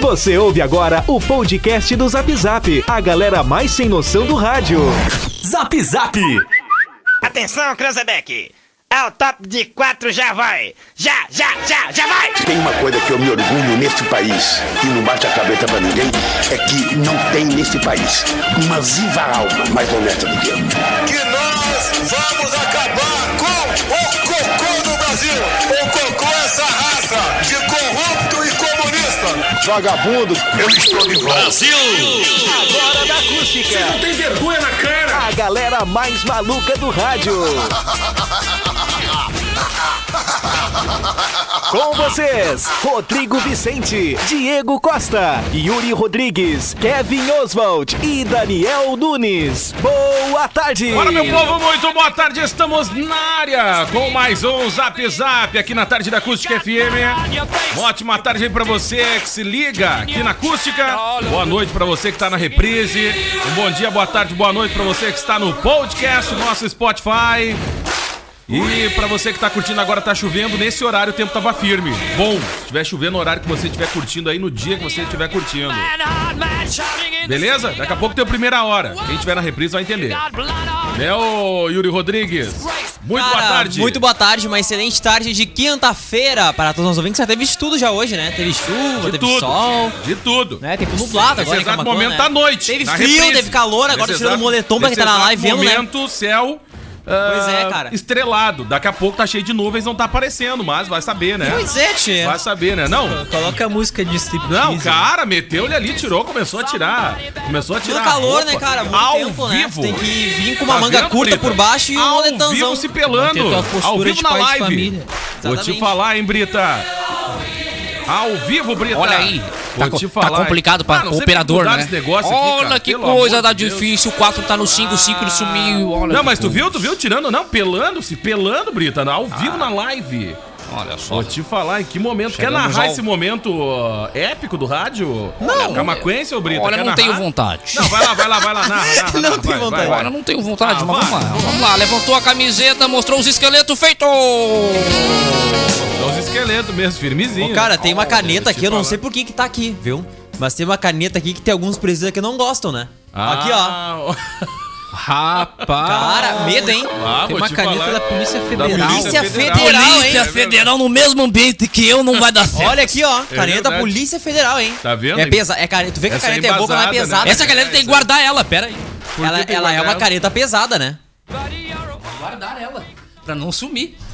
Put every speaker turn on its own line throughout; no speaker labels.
Você ouve agora o podcast do Zap Zap, a galera mais sem noção do rádio.
Zap Zap!
Atenção, Cranzebeck! É o top de quatro, já vai! Já, já, já, já vai!
Tem uma coisa que eu me orgulho neste país e não bate a cabeça pra ninguém, é que não tem neste país uma viva alma mais honesta do que eu.
que nós vamos acabar com o cocô do Brasil. O cocô é essa raça de corrupto e comunista.
Vagabundo, eu estou de volta.
Agora da acústica. Você não tem vergonha na cara. A galera mais maluca do rádio. Com vocês, Rodrigo Vicente, Diego Costa, Yuri Rodrigues, Kevin Oswald e Daniel Nunes. Boa tarde.
Bora, meu povo, muito boa tarde. Estamos na área com mais um Zap Zap aqui na tarde da Acústica FM. Uma ótima tarde aí pra você que se liga aqui na Acústica. Boa noite pra você que tá na reprise. Um bom dia, boa tarde, boa noite pra você que está no podcast, no nosso Spotify. E pra você que tá curtindo agora, tá chovendo, nesse horário o tempo tava firme. Bom, se tiver chovendo no horário que você estiver curtindo aí, no dia que você estiver curtindo. Beleza? Daqui a pouco tem a primeira hora. Quem tiver na reprise vai entender. É o Yuri Rodrigues. Muito boa
Cara,
tarde.
Muito boa tarde, uma excelente tarde de quinta-feira para todos os ouvintes. Já teve tudo já hoje, né? Teve chuva,
De
teve
tudo.
sol.
De tudo.
Né? Teve nublado agora.
Nesse
em
exato
Camacuã,
momento
né?
tá à noite.
Teve
na
frio,
reprise.
teve calor, agora
Nesse
tirando o
exato-
moletom pra quem tá na
nesse
live
exato
vendo, né?
momento, céu... ah,
Pois é, cara.
Estrelado. Daqui a pouco tá cheio de nuvens, não tá aparecendo, mas vai saber, né?
Pois é, tia.
Vai saber, né? Não,
Coloca a música de striptease.
não, cara, meteu-lhe ali, tirou, começou a tirar. Começou a
No
tirar. a
calor,
roupa.
né, cara? Muito
Ao
tempo, né?
vivo.
Tu Tem que vir com uma
Tá
manga
vendo,
curta
Brita?
por baixo e um
Ao
moletanzão.
vivo se pelando.
Manter tua postura
Ao vivo
de
na
pai de
live.
família.
Vou te
Exatamente.
falar, hein, Brita. Ao vivo, Brita.
Olha aí.
Vou
Tá, co-
te
tá
falar. Ah,
complicado pra
não
o
sei
operador,
mudar
né?
esse negócio aqui,
Olha
cara.
que
Pelo
coisa
amor
tá
de Deus.
difícil. O 4 tá no 5, o 5 ele sumiu. Olha
Não,
que
mas tu
coisa.
viu, tu viu tirando, não, pelando, se pelando, Brita, ao vivo na live.
Ah. Olha só.
Vou te falar, em que momento. Quer
Chegamos
narrar
ao-
esse momento ó, épico do rádio? É
Não.
Camaquense ou Brita?
Olha,
Quer
não tenho
narrar?
vontade.
Não, vai lá, vai lá, vai lá, narra, narra, narra,
tenho
vai, vai,
vontade.
vai.
Olha, não tenho vontade,
Ah,
mas vamos
vai.
lá. Vamos lá. Levantou a camiseta, mostrou os esqueletos feitos.
É Os esqueletos mesmo, firmezinho.
Ô, cara, tem uma
Olha,
caneta
deixa
aqui, eu não
falar.
sei por que que tá aqui, viu? Mas tem uma caneta aqui que tem alguns presidentes que não gostam, né?
Ah,
Aqui, ó.
ó.
Rapaz.
Cara, medo, hein?
Ah,
Tem
vou
uma
te
caneta
falar.
da Polícia Federal.
Polícia Federal, hein?
É
Polícia é Federal no mesmo ambiente que eu não vai dar certo.
Olha aqui, ó. Caneta
É
é
verdade.
Polícia Federal, hein?
Tá vendo?
É pesa, é caneta. Tu vê que
Essa
a
é
caneta é, boa, mas ela é
embasada,
pesada.
né?
Essa galera tem que guardar ela, pera aí.
ela,
Por que tu
ela é
guarda
uma
ela?
caneta pesada, né?
Guardar ela. Pra não sumir.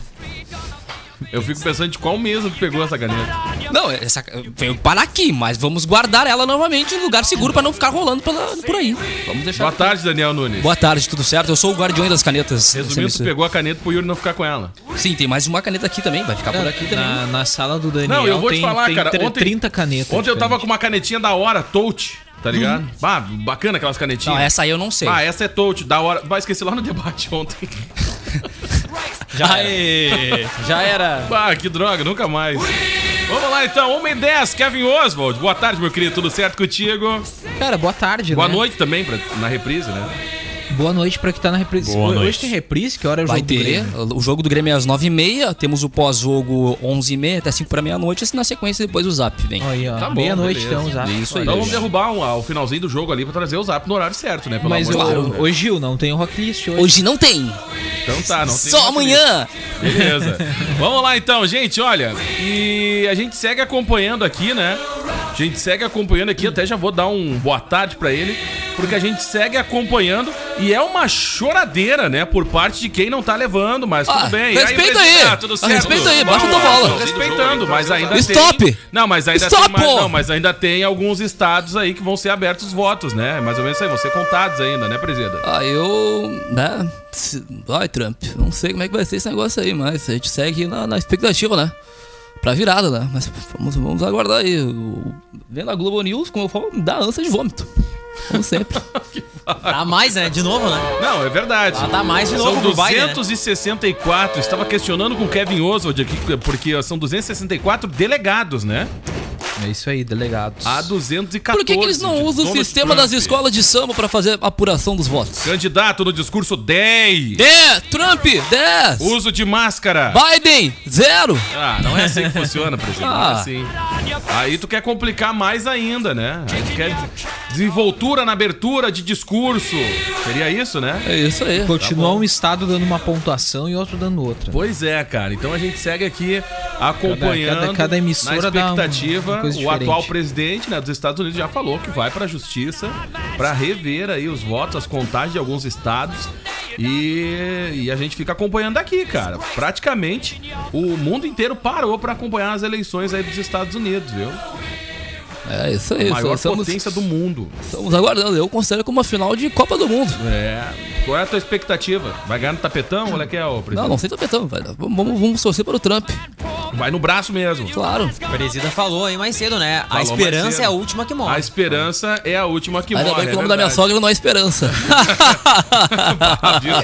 Eu fico pensando de qual mesa tu pegou essa caneta.
Não, essa veio parar aqui, mas vamos guardar ela novamente em lugar seguro pra não ficar rolando pela- por aí. Vamos deixar.
Boa tarde, Daniel Nunes.
Boa tarde, tudo certo? Eu sou o guardião das canetas.
Resumindo, tu pegou a caneta pro Yuri não ficar com ela.
Sim, tem mais uma caneta aqui também, vai ficar
É.
por aqui também.
Na, na sala do Daniel
Não, eu vou te
tem,
falar,
tem
cara,
tre-
ontem-
30 canetas.
Ontem eu tava
diferentes.
com uma canetinha da hora, touch, tá ligado? Bah, bacana aquelas canetinhas.
Uhum. Não, essa aí eu não sei.
Ah, essa é touch, da hora. Bah, esqueci lá no debate ontem.
Já era. Já era.
Bah, que droga, nunca mais. Vamos lá então, 1 e 10, Kevin Oswald. Boa tarde, meu querido, tudo certo contigo?
Cara, boa tarde,
Boa
né?
noite também, pra, na reprise, né?
Boa noite pra quem tá na reprise.
Boa
Hoje
noite.
tem reprise? Que hora é o
Vai
jogo do
ter.
Grêmio?
O jogo do Grêmio é às 9h30, temos o pós-jogo 11h30 até 5 para meia-noite, e na sequência depois o zap vem. É
Aí, ó.
Tá bom,
Meia-noite
beleza.
estamos já.
Isso aí.
Então vamos derrubar um, ao finalzinho do jogo ali pra trazer o zap no horário certo, né? Pelo
Mas
amor de
eu,
Deus, né?
ô, Gil, não tem o rocklist hoje.
Hoje não tem,
Então tá, não tem
só
outro
amanhã.
Beleza. Vamos lá então, gente, olha. E a gente segue acompanhando aqui, né? A gente segue acompanhando aqui, até já vou dar um boa tarde pra ele, porque a gente segue acompanhando e é uma choradeira, né, por parte de quem não tá levando, mas tudo
Ah,
bem.
respeita aí.
presidente? Ah, tudo certo.
Respeita aí, baixa
Vamos
tua
lá,
bola.
tô Respeitando, mas ainda
Stop.
tem Não, mas ainda
Stop,
tem mais-
pô.
não, mas ainda tem alguns estados aí que vão ser abertos os votos, né? Mais ou menos isso aí, vão ser contados ainda, né, presida?
Ah, eu. né? se- Ai, Trump, não sei como é que vai ser esse negócio aí, mas a gente segue na, na expectativa, né? Pra virada, né? Mas vamos, vamos aguardar aí. O- Vendo a Globo News, como eu falo, me dá ânsia de vômito. Como sempre.
Tá mais, né? De novo, né?
Não, é verdade.
Ela tá mais de
São
novo pro baile, né?
264. Estava questionando com o Kevin Oswald aqui, porque são 264 delegados, né?
É isso aí, delegados.
A 214.
Ah, Por que, que eles não
de
usam o
Donald
sistema
Trump.
das escolas de samba pra fazer a apuração dos votos?
Candidato no discurso 10.
10, Trump, 10,
Uso de máscara.
Biden, 0.
Ah, não é assim que funciona, presidente. Não é
Ah.
assim. Aí tu quer complicar mais ainda, né? Aí tu quer desenvoltura na abertura de discurso. Seria isso, né?
É isso aí.
Continua um estado dando uma pontuação e outro dando outra.
Pois é, cara. Então a gente segue aqui acompanhando
cada- cada emissora
na
dá
um-
uma-
expectativa.
uma coisa
o
diferente.
atual presidente né, dos Estados Unidos já falou que vai para a justiça para rever aí os votos, as contagens de alguns estados. E, e a gente fica acompanhando aqui, cara. Praticamente o mundo inteiro parou para acompanhar as eleições aí dos Estados Unidos, viu?
É isso aí.
Maior
só estamos,
potência do mundo.
estamos aguardando. Eu considero como uma final de Copa do Mundo.
É. Qual é a tua expectativa? Vai ganhar no tapetão? Olha que é o
Não,
presidente.
não sei tapetão, velho. Vamos, vamos- vamos torcer para o Trump.
Vai no braço mesmo.
Claro.
O presida falou aí mais cedo, né? a
mais
esperança
cedo.
é a última que
A
morre.
esperança é a última que
Ainda
morre.
bem
é
que o nome da minha
verdade.
sogra não é Esperança.
Ah, viu?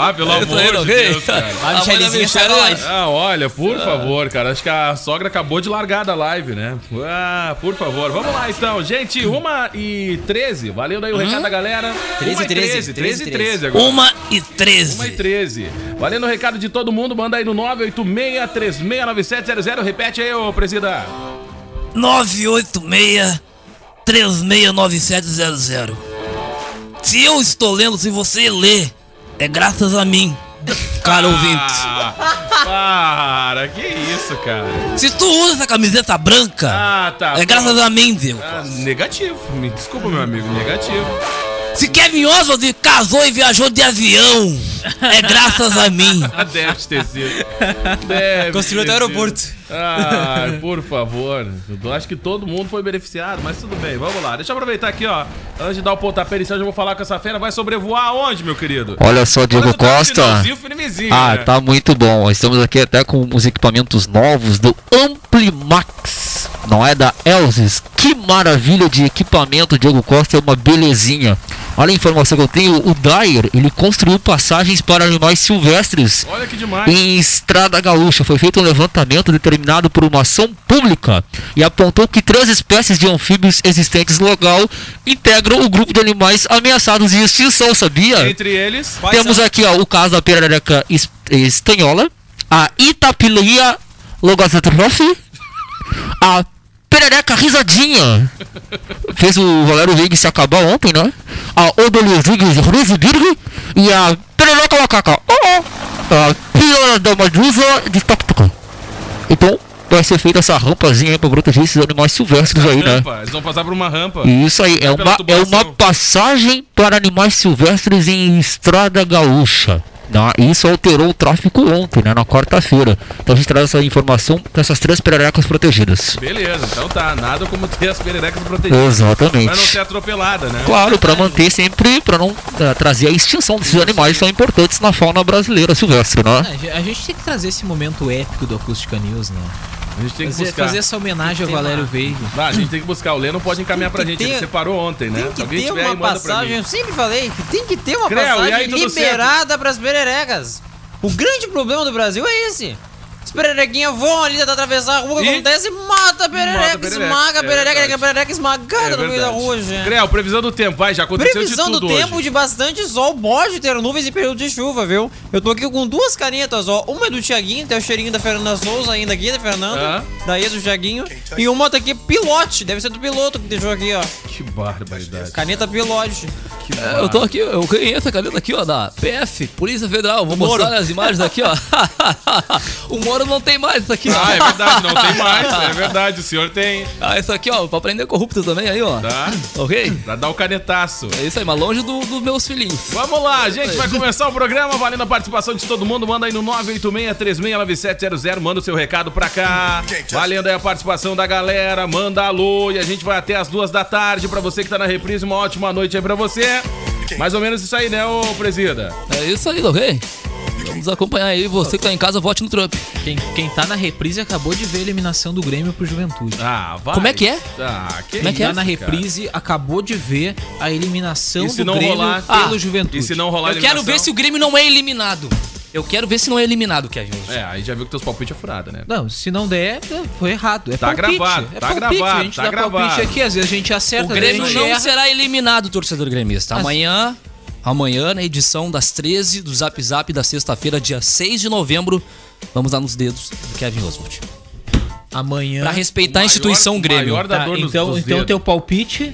Ah, pelo
É
amor
isso aí, não
de
rei?
Deus,
A
cara.
A mãe da
Michelezinha sai da
Michele-
live.
Ah, olha, por favor, cara. Acho que a sogra acabou de largar da live, né? Ah, por favor. Vamos lá, então. Gente, 1 e 13. Valeu daí o recado da galera.
13,
1 e 13. 13 e 13 agora.
1 e
1 e
13.
13. Valendo o recado de todo mundo. Manda aí no 986369700. Repete aí, ô presida.
986 369700. Se eu estou lendo, se você lê, é graças a mim, cara ouvinte.
Ah, para. Que isso, cara.
Se tu usa essa camiseta branca,
Ah, tá.
é graças a mim, viu?
Ah, negativo. Me desculpa, meu amigo. Negativo.
Se Kevin Oswald casou e viajou de avião, é graças a mim.
Ah, Deve ter sido. Deve
Construiu
ter
até o aeroporto.
sido. Ah, por favor. Eu acho que todo mundo foi beneficiado, mas tudo bem. Vamos lá. Deixa eu aproveitar aqui, ó. Antes de dar o pontapé inicial, eu vou falar com essa fera. Vai sobrevoar aonde, meu querido?
Olha só, Diego
Olha, tá no
Costa.
finalzinho, firmezinho,
Ah,
né?
tá muito bom. Estamos aqui até com os equipamentos novos do Amplimax. Não é da Elsis? Que maravilha de equipamento, Diego Costa, é uma belezinha. Olha a informação que eu tenho, o Dyer, ele construiu passagens para animais silvestres
Olha que demais.
em Estrada Gaúcha. Foi feito um levantamento determinado por uma ação pública e apontou que três espécies de anfíbios existentes no local integram o grupo de animais ameaçados de extinção, sabia?
Entre eles.
Quais
Temos
são?
aqui ó, o caso da perereca es- espanhola, a Itapilia logosatrofe, a perereca risadinha, fez o Valério Vig se acabar ontem, né? A Odolisig Rusibirg e a perereca macaca, oh, oh, a pila da medusa de Tóctico. Então, vai ser feita essa rampazinha aí pra proteger esses animais silvestres aí, né?
Rampa. Eles vão passar por uma rampa.
E Isso aí, é
Vai pela
uma, é
tubação.
uma passagem para animais silvestres em Estrada Gaúcha. Na- Isso alterou o tráfico ontem, né, na quarta-feira. Então a gente traz essa informação com essas três pererecas protegidas.
Beleza, então tá. Nada como ter as pererecas protegidas. Pra não ser
Exatamente.
atropelada, né?
Claro, para manter sempre, para não eh, trazer a extinção desses animais que são importantes na fauna brasileira silvestre, né?
Ah, a ge- A gente tem que trazer esse momento épico do Acústica News, né?
A gente tem que
Fazer,
buscar.
fazer essa homenagem ao
Tem
Valério
uma-
Veiga.
Ah, a gente tem que buscar. O Lê não pode encaminhar pra
Tem que
gente. Ele
ter-
separou ontem, né?
Tem que
Se alguém
ter
tiver aí,
uma
manda pra mim.
passagem, eu sempre falei que tem que ter uma
Creu, e
passagem
aí, tudo
liberada pras pererecas. O grande problema do Brasil é esse. As pererequinhas vão ali tentar atravessar a rua,
E?
acontece, mata a perereca,
Mata a perereca,
esmaga
é
a perereca,
verdade. É
a perereca esmagada no meio da
verdade.
rua, gente.
Creu, previsão do tempo, vai, já aconteceu
Previsão
de
do
tudo
tempo
hoje.
de bastante sol, pode ter nuvens e período de chuva, viu? Eu tô aqui com duas canetas, ó. Uma é do Tiaguinho, tem o cheirinho da Fernanda Souza ainda aqui, da Fernanda.
Ah.
Daí é do Tiaguinho. E uma tá aqui, pilote, deve ser do piloto que deixou aqui, ó.
Que barbaridade.
Caneta pilote.
É, eu tô aqui, eu ganhei essa caneta aqui, ó, da PF, Polícia Federal. Vou mostrar as imagens aqui, ó. o Moro não tem mais isso aqui, ó.
Ah, é verdade, não tem mais. É verdade, o senhor tem.
Ah, isso aqui, ó, pra prender corrupto também aí, ó.
Tá?
Ok?
Pra dar o canetaço.
É isso aí, mas longe do- dos meus filhinhos.
Vamos lá, gente. Vai começar o programa valendo a participação de todo mundo. Manda aí no 986-369700. Manda o seu recado pra cá. Valendo aí a participação da galera. Manda alô. E a gente vai até as duas da tarde. Pra você que tá na reprise, uma ótima noite aí pra você. Mais ou menos isso aí, né, ô presida?
É isso aí, ok? Vamos acompanhar aí. Você que tá em casa, vote no Trump.
Quem, quem tá na reprise acabou de ver a eliminação do Grêmio pro Juventude.
Ah, vai.
Como é que é?
Ah, que
Como
Quem
é que é?
tá na
isso, cara.
reprise acabou de ver a eliminação
E se
do
não
Grêmio
rolar?
pelo
Ah,
Juventude.
E se não rolar
Eu quero ver se o Grêmio não é eliminado. Eu quero ver se não é eliminado, Kevin.
É, aí já viu que teus palpites é furada, né?
Não, se não der, foi errado. É
Tá
palpite,
gravado,
é
tá
palpite.
gravado,
A gente
tá
dá
gravado.
palpite aqui, às vezes a gente acerta,
O Grêmio
às vezes a
não
gente erra.
será eliminado, torcedor gremista.
Mas-
Amanhã, amanhã, na edição das 13 do Zap Zap da sexta-feira, dia 6 de novembro, vamos dar nos dedos do Kevin Oswald.
Amanhã.
Pra respeitar a
Né? Maior-
instituição Grêmio.
maior da-
Tá,
dor nos-
então,
nos
então
dedos.
teu palpite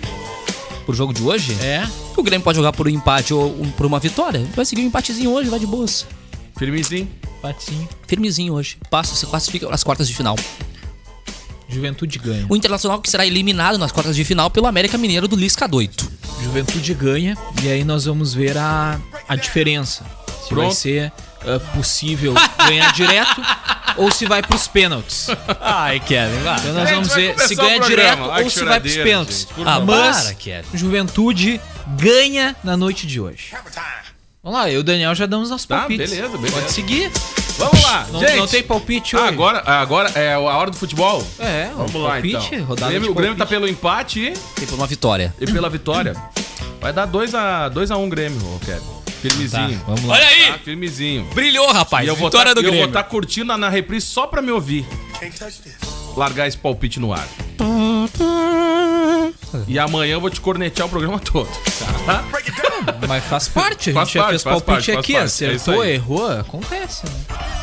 Pro jogo de hoje,
é.
o Grêmio pode jogar por um empate ou um- por uma vitória. Vai seguir um empatezinho hoje, vai de boas.
um-
Firmezinho.
Patinho.
Firmezinho hoje. Passa, se classifica às quartas de final.
Juventude ganha.
O Internacional que será eliminado nas quartas de final pelo América Mineiro do Lisca doito.
Juventude ganha. E aí nós vamos ver a, a diferença. Se vai
Pronto.
ser ah, possível ganhar direto ou se vai pros pênaltis. Ai, Kevin, vai. Então nós
Gente,
vamos
vai
ver
começar
se
o
ganha
programa.
direto
Ai,
ou
que
se vai pros
choradeira,
pênaltis.
gente. Por
Ah,
favor.
Mas
para, Kevin.
Juventude ganha na noite de hoje. Vamos lá, eu e o Daniel já damos nossos
Tá,
palpites.
beleza, beleza.
Pode seguir.
Vamos lá,
Não,
gente. ah,
não tem palpite hoje.
Agora, agora é a hora do futebol.
É,
Vamos lá, então.
rodada
Grêmio-
de
o Grêmio tá
palpite.
pelo empate e-
E por uma vitória.
e pela vitória. Vai dar 2x1 um Grêmio, ô Kevin. Firmezinho.
Tá, Vamos lá.
Olha aí!
Tá, firmezinho.
Brilhou, rapaz.
E eu vou
vitória
tá-
do
e eu
Grêmio.
vou estar curtindo na- na reprise só pra me ouvir. Largar esse palpite no ar. E amanhã eu vou te cornetear o programa todo. tá?
Mas faz parte, a gente
Faz
já
parte,
fez
faz
palpite
parte, faz
aqui,
parte, é isso
acertou,
aí.
errou, acontece, né?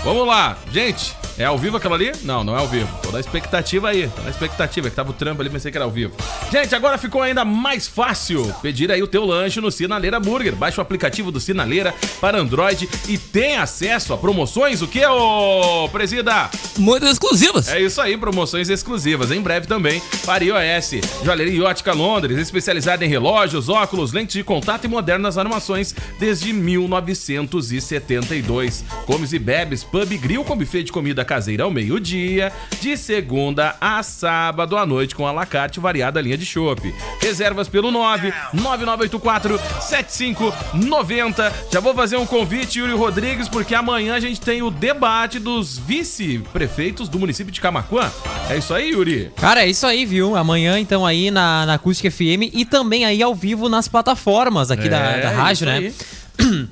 Vamos lá, gente. É ao vivo aquela ali? Não, não é ao vivo. Tô na expectativa aí. Tô na expectativa. é Que tava o trampo ali, pensei que era ao vivo. Gente, agora ficou ainda mais fácil pedir aí o teu lanche no Sinaleira Burger. Baixa o aplicativo do Sinaleira para Android e tem acesso a promoções. O que, ô presida?
Muitas exclusivas.
É isso aí, promoções exclusivas. Em breve também para iOS. Joalheria e Ótica Londres, especializada em relógios, óculos, lentes de contato e modernas armações desde 1972. Comes e bebes, pub e grill com buffet de comida caseira ao meio-dia, de segunda a sábado à noite com alacarte variada linha de chopp. Reservas pelo 9 9984 7590. Já vou fazer um convite, Yuri Rodrigues, porque amanhã a gente tem o debate dos vice-prefeitos do município de Camacuã. É isso aí, Yuri.
Cara, é isso aí, viu? Amanhã, então, aí na, na Acústica FM e também aí ao vivo nas plataformas aqui da,
É,
da rádio,
isso
né?
aí.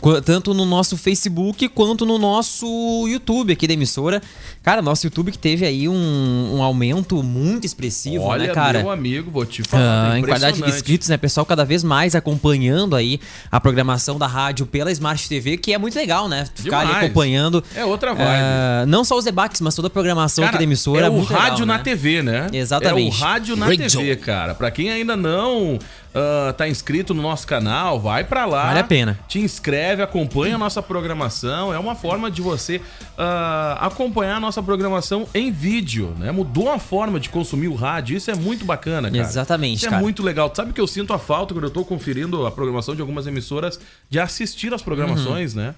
Qu- Tanto no nosso Facebook quanto no nosso YouTube aqui da emissora. Cara, nosso YouTube que teve aí um, um aumento muito expressivo,
Olha,
né, cara?
meu amigo, vou te falar. tá
Ah, em qualidade de
impressionante.
inscritos, né? Pessoal cada vez mais acompanhando aí a programação da rádio pela Smart TV, que é muito legal, né? Ficar ali
Demais.
acompanhando.
É outra vibe.
ah, não só os debates, mas toda a programação
Cara,
aqui da emissora.
é o
muito legal,
rádio na
né?
TV, né?
Exatamente.
É o rádio na
Radio.
TV, cara. Pra quem ainda não ah, tá inscrito no nosso canal, vai pra lá.
Vale a pena.
Te inscreve, acompanha a nossa programação. É uma forma de você ah, acompanhar a nossa programação em vídeo, né? Mudou a forma de consumir o rádio. Isso é muito bacana, cara.
Exatamente,
Isso é
cara.
muito legal. Tu Sabe que eu sinto a falta quando eu tô conferindo a programação de algumas emissoras de assistir as programações,
Uhum.
né?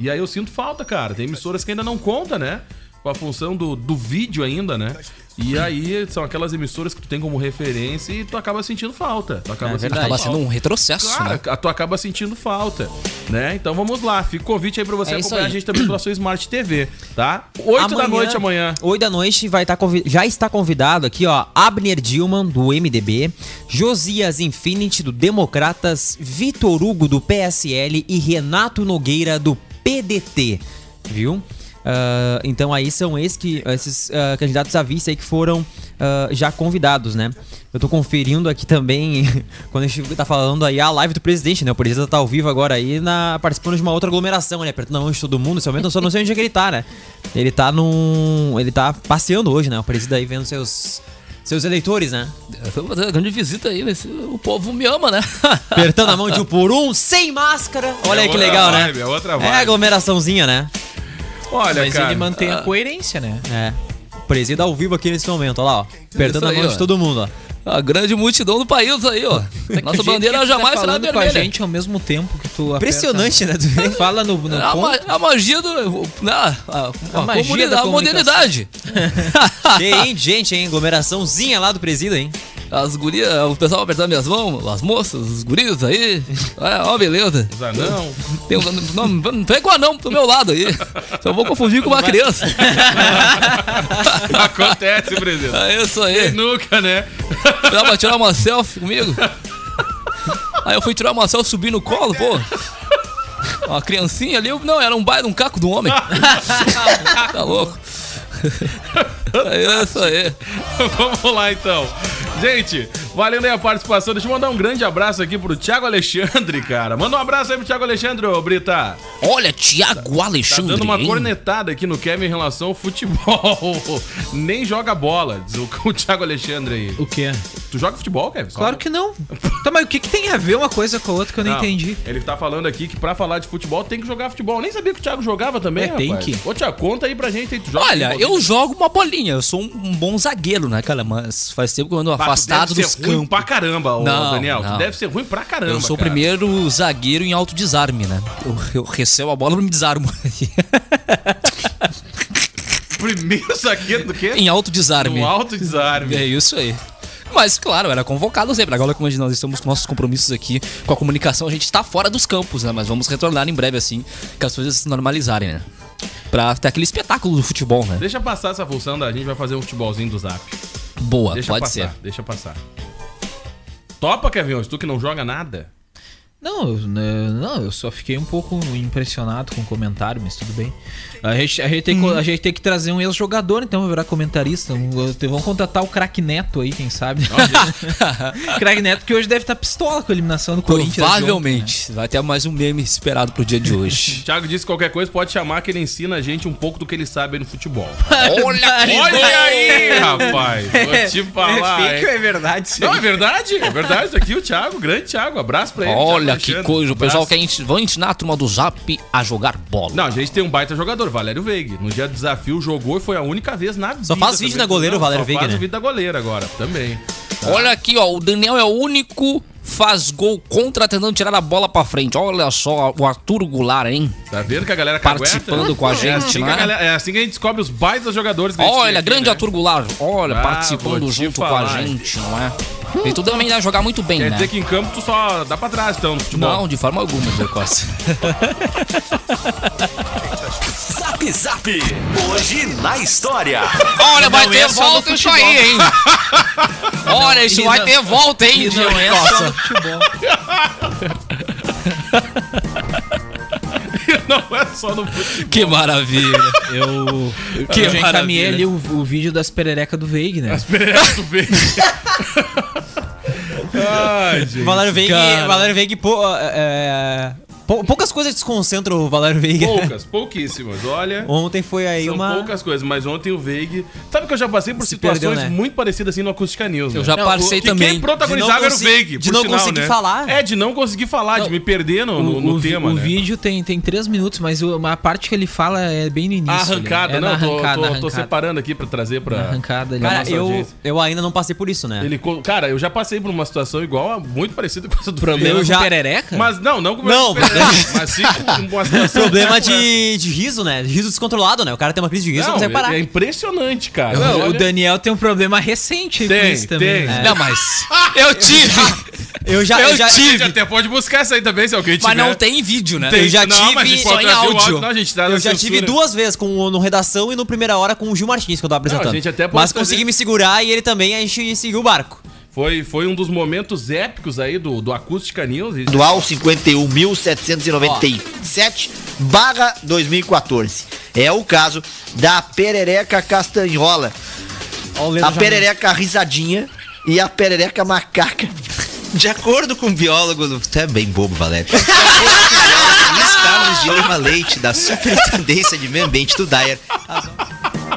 E aí eu sinto falta, cara. Tem emissoras que ainda não conta, né? Com a função do, do vídeo ainda, né? E aí são aquelas emissoras que tu tem como referência e tu acaba sentindo falta. Tu acaba
É
sentindo
verdade.
Tava
falta.
sendo um retrocesso,
Claro,
né?
tu acaba sentindo falta, né? Então vamos lá, fica o convite aí pra você
É isso
acompanhar a
aí.
gente também pela sua Smart TV, tá? 8 da noite amanhã.
8 da noite vai estar convi- já está convidado aqui, ó, Abner Dilman do MDB, Josias Infinity do Democratas, Vitor Hugo do PSL e Renato Nogueira do PDT, viu? Ah, então aí são esses, que, esses ah, candidatos à vice aí que foram ah, já convidados, né? Eu tô conferindo aqui também, quando a gente tá falando aí, a live do presidente, né? O presidente tá ao vivo agora aí, na, participando de uma outra aglomeração, né? Apertando a mão de todo mundo, nesse momento eu só não sei onde é que ele tá, né? Ele tá num... ele tá passeando hoje, né? O presidente aí vendo seus, seus eleitores, né?
É, Foi fazer uma grande visita aí, mas o povo me ama, né?
Apertando a mão de um por um, sem máscara. Olha aí que legal, né?
É outra
É
vibe.
aglomeraçãozinha, né? Ah.
Olha,
Mas
cara.
ele mantém a coerência, né?
É. O presida ao vivo aqui nesse momento, olha lá, ó. Apertando
Isso
a
aí,
mão
ó.
de todo mundo, ó.
A grande multidão do país aí, ó. Nossa
Do jeito
bandeira
Tá que tu
jamais
tá
será
falando com
vermelha.
a gente ao mesmo tempo que tu
Impressionante, né? Tu vê?
aperta- Fala no, tá no
É a, ma-
ponto. Tá
a magia do. na- a, a,
A magia
comuni-
da
a modernidade.
Cheio de gente, hein? Aglomeraçãozinha lá do presida, hein?
As gurias, o pessoal apertando minhas mãos, as moças, os guris aí. Olha, ó, beleza.
Usa Não,
Tem um, não, não vem com o anão pro meu lado aí. Só vou confundir com uma criança.
acontece, presidente.
É isso aí.
Nunca, né?
Ela vai tirar uma selfie comigo. Aí eu fui tirar uma selfie, subi no colo, pô. Uma criancinha ali, eu- não, era um baile, um caco de um homem. tá louco. É isso aí.
Vamos lá então. Gente, valendo aí a participação. Deixa eu mandar um grande abraço aqui pro Thiago Alexandre, cara. Manda um abraço aí pro Thiago Alexandre, ô Brita.
Olha, Thiago
Tá
Alexandre.
dando uma
hein?
cornetada aqui no Kevin em relação ao futebol. Nem joga bola, diz o, o Thiago Alexandre aí.
O quê?
Tu joga futebol, Kevin?
Claro que não. Tá, mas o que, que tem a ver uma coisa com a outra que eu não,
Não,
entendi?
Ele tá falando aqui que pra falar de futebol tem que jogar futebol. Nem sabia que o Thiago jogava também,
É, tem
rapaz.
que.
Ô, Thiago, conta aí pra gente aí. Tu joga
Olha,
futebol? Ah,
eu jogo uma bolinha, eu sou um, um bom zagueiro, né, cara? Mas faz tempo que eu ando
Ah, tu
afastado
deve
dos
ser ruim
campos.
pra caramba, ô
Não,
Daniel. Tu
não.
deve ser ruim pra caramba.
Eu sou o
cara.
primeiro zagueiro em autodesarme, né? Eu, eu recebo a bola e me desarmo.
Primeiro zagueiro do quê?
em autodesarme.
No alto desarme.
É isso aí. Mas, claro, era convocado sempre. Agora, como nós estamos com nossos compromissos aqui com a comunicação, a gente tá fora dos campos, né? Mas vamos retornar em breve, assim, que as coisas se normalizarem, né? Pra ter aquele espetáculo do futebol, né?
Deixa passar essa função da gente vai fazer um futebolzinho do Zap.
Boa,
Deixa
pode
passar,
ser.
deixa passar. Topa, Kevin, Owens, tu que não joga nada?
Não, eu, né, não, eu só fiquei um pouco impressionado com o comentário, mas tudo bem. A gente, a gente, tem,
Hum.
que- a gente tem que trazer um ex-jogador, então, pra virar comentarista. Um- Vamos contratar o Crack Neto aí, quem sabe. Crack Neto, que hoje deve estar pistola com a eliminação do Corinthians. de ontem, né?
Provavelmente. Vai ter mais um meme esperado pro dia de hoje.
Thiago disse que qualquer coisa, pode chamar que ele ensina a gente um pouco do que ele sabe aí no futebol.
Verdade.
Olha aí, rapaz! Vou te falar.
É fake ou
hein?
é verdade? isso
Não,
aí?
é verdade, é verdade. Isso aqui o Thiago, grande Thiago. Abraço pra ele.
Olha
Thiago
que
Alexandre. um
coisa, o pessoal
tá Abraço.
quer ensi- vai ensinar a turma do Zap a jogar bola.
Não, a gente tem um baita jogador, Valério Veig. No dia do desafio jogou e foi a única vez na vida.
Só faz vídeo da
também.
goleira o
Não,
Valério Veig,
Só faz
né?
o vídeo da goleira agora também.
Olha aqui, ó, o Daniel é o único faz gol contra tentando tirar a bola pra frente. Olha só o Arthur Goulart, hein?
Tá vendo que a galera
Participando com a
É
gente
assim, que a
lá.
galera- é assim que a gente descobre os baitas jogadores. que a gente tem
Olha,
aqui,
grande
né?
Arthur Goulart, olha,
Ah, vou
participando
te
junto
falar,
com a gente, não é? E tu também vai jogar muito bem,
Quer
né?
dizer que em campo tu só dá pra trás, então, no futebol.
Não, de forma alguma, Zé Costa.
Zap Zap. Hoje na história.
Olha, vai
Não
ter
é só no
volta isso
futebol.
aí, hein? Olha, isso
E
vai
não-
ter volta, hein,
E
Diego
não é
Costa?
só no futebol.
Não é só no futebol.
Que maravilha.
Eu,
Que
eu já encaminhei
maravilha.
ali o, o vídeo das pererecas do Veig, né?
Tu vê. Ai, gente.
Valério Veig,
Cara.
Valério Veig pô, é, pou- poucas coisas desconcentram o Valério Veig. né?
Poucas, pouquíssimas. Olha.
Ontem foi aí
São
uma
poucas coisas, mas ontem o Veig. Sabe que eu já passei por
Se
situações
perdeu, né?
muito parecidas assim no Acústica News.
Eu
né?
já passei
Que quem
também.
protagonizava
De não
era o
conseguir- de
Veig. por
não
sinal,
conseguir
né?
falar.
É, de não conseguir falar, de me perder no, no, no
o, vi-
tema.
o
né?
vídeo tem, tem três minutos, mas o- a parte que ele fala é bem no início.
A
né?
ali.
arrancada,
é
não,
na
eu tô,
arrancada,
tô-
na
tô
arrancada.
separando aqui pra trazer pra.
Na arrancada ali.
Cara,
nossa
eu,
audiência.
eu ainda não passei por isso, né?
Ele, co- cara, eu já passei por uma situação igual, a- muito parecida com essa do
Problema
Fernando.
com
já-
perereca?
Mas não, não com o
Não,
meu problema, mas sim com uma situação.
Problema
tipo essa.
de, de riso, né? De riso descontrolado, né? O cara tem uma crise de riso, não,
Não,
consegue parar.
é, é impressionante, cara.
Não, É o
Olha-
Daniel tem um problema recente
Tem, tem.
né?
Não, mas
Ah,
eu tive,
Eu já,
eu
eu já
tive.
A gente até pode buscar essa aí também, se alguém tiver.
mas não tem vídeo, né?
Tem-
Eu já
não, mas a
tive
gente pode
só em
trazer o
áudio.
não, a gente tá na
Eu já
censura.
tive duas vezes com, o- no redação e no primeira hora com o Gil Martins, que eu tava apresentando.
gente até pode
Mas
fazer-
consegui me segurar e ele também, a gente seguiu o barco.
Foi, foi um dos momentos épicos aí do, do Acústica News. Ah, E-
Dual 51.797 barra 2014. É o caso da perereca castanhola,
Ó, o Leandro
a
já-
perereca risadinha e a perereca macaca. De acordo com o biólogo, do- tu é bem bobo, Valério. De acordo com o biólogo Luiz Carlos de Oliva Leite, da Superintendência de Meio Ambiente do Dyer,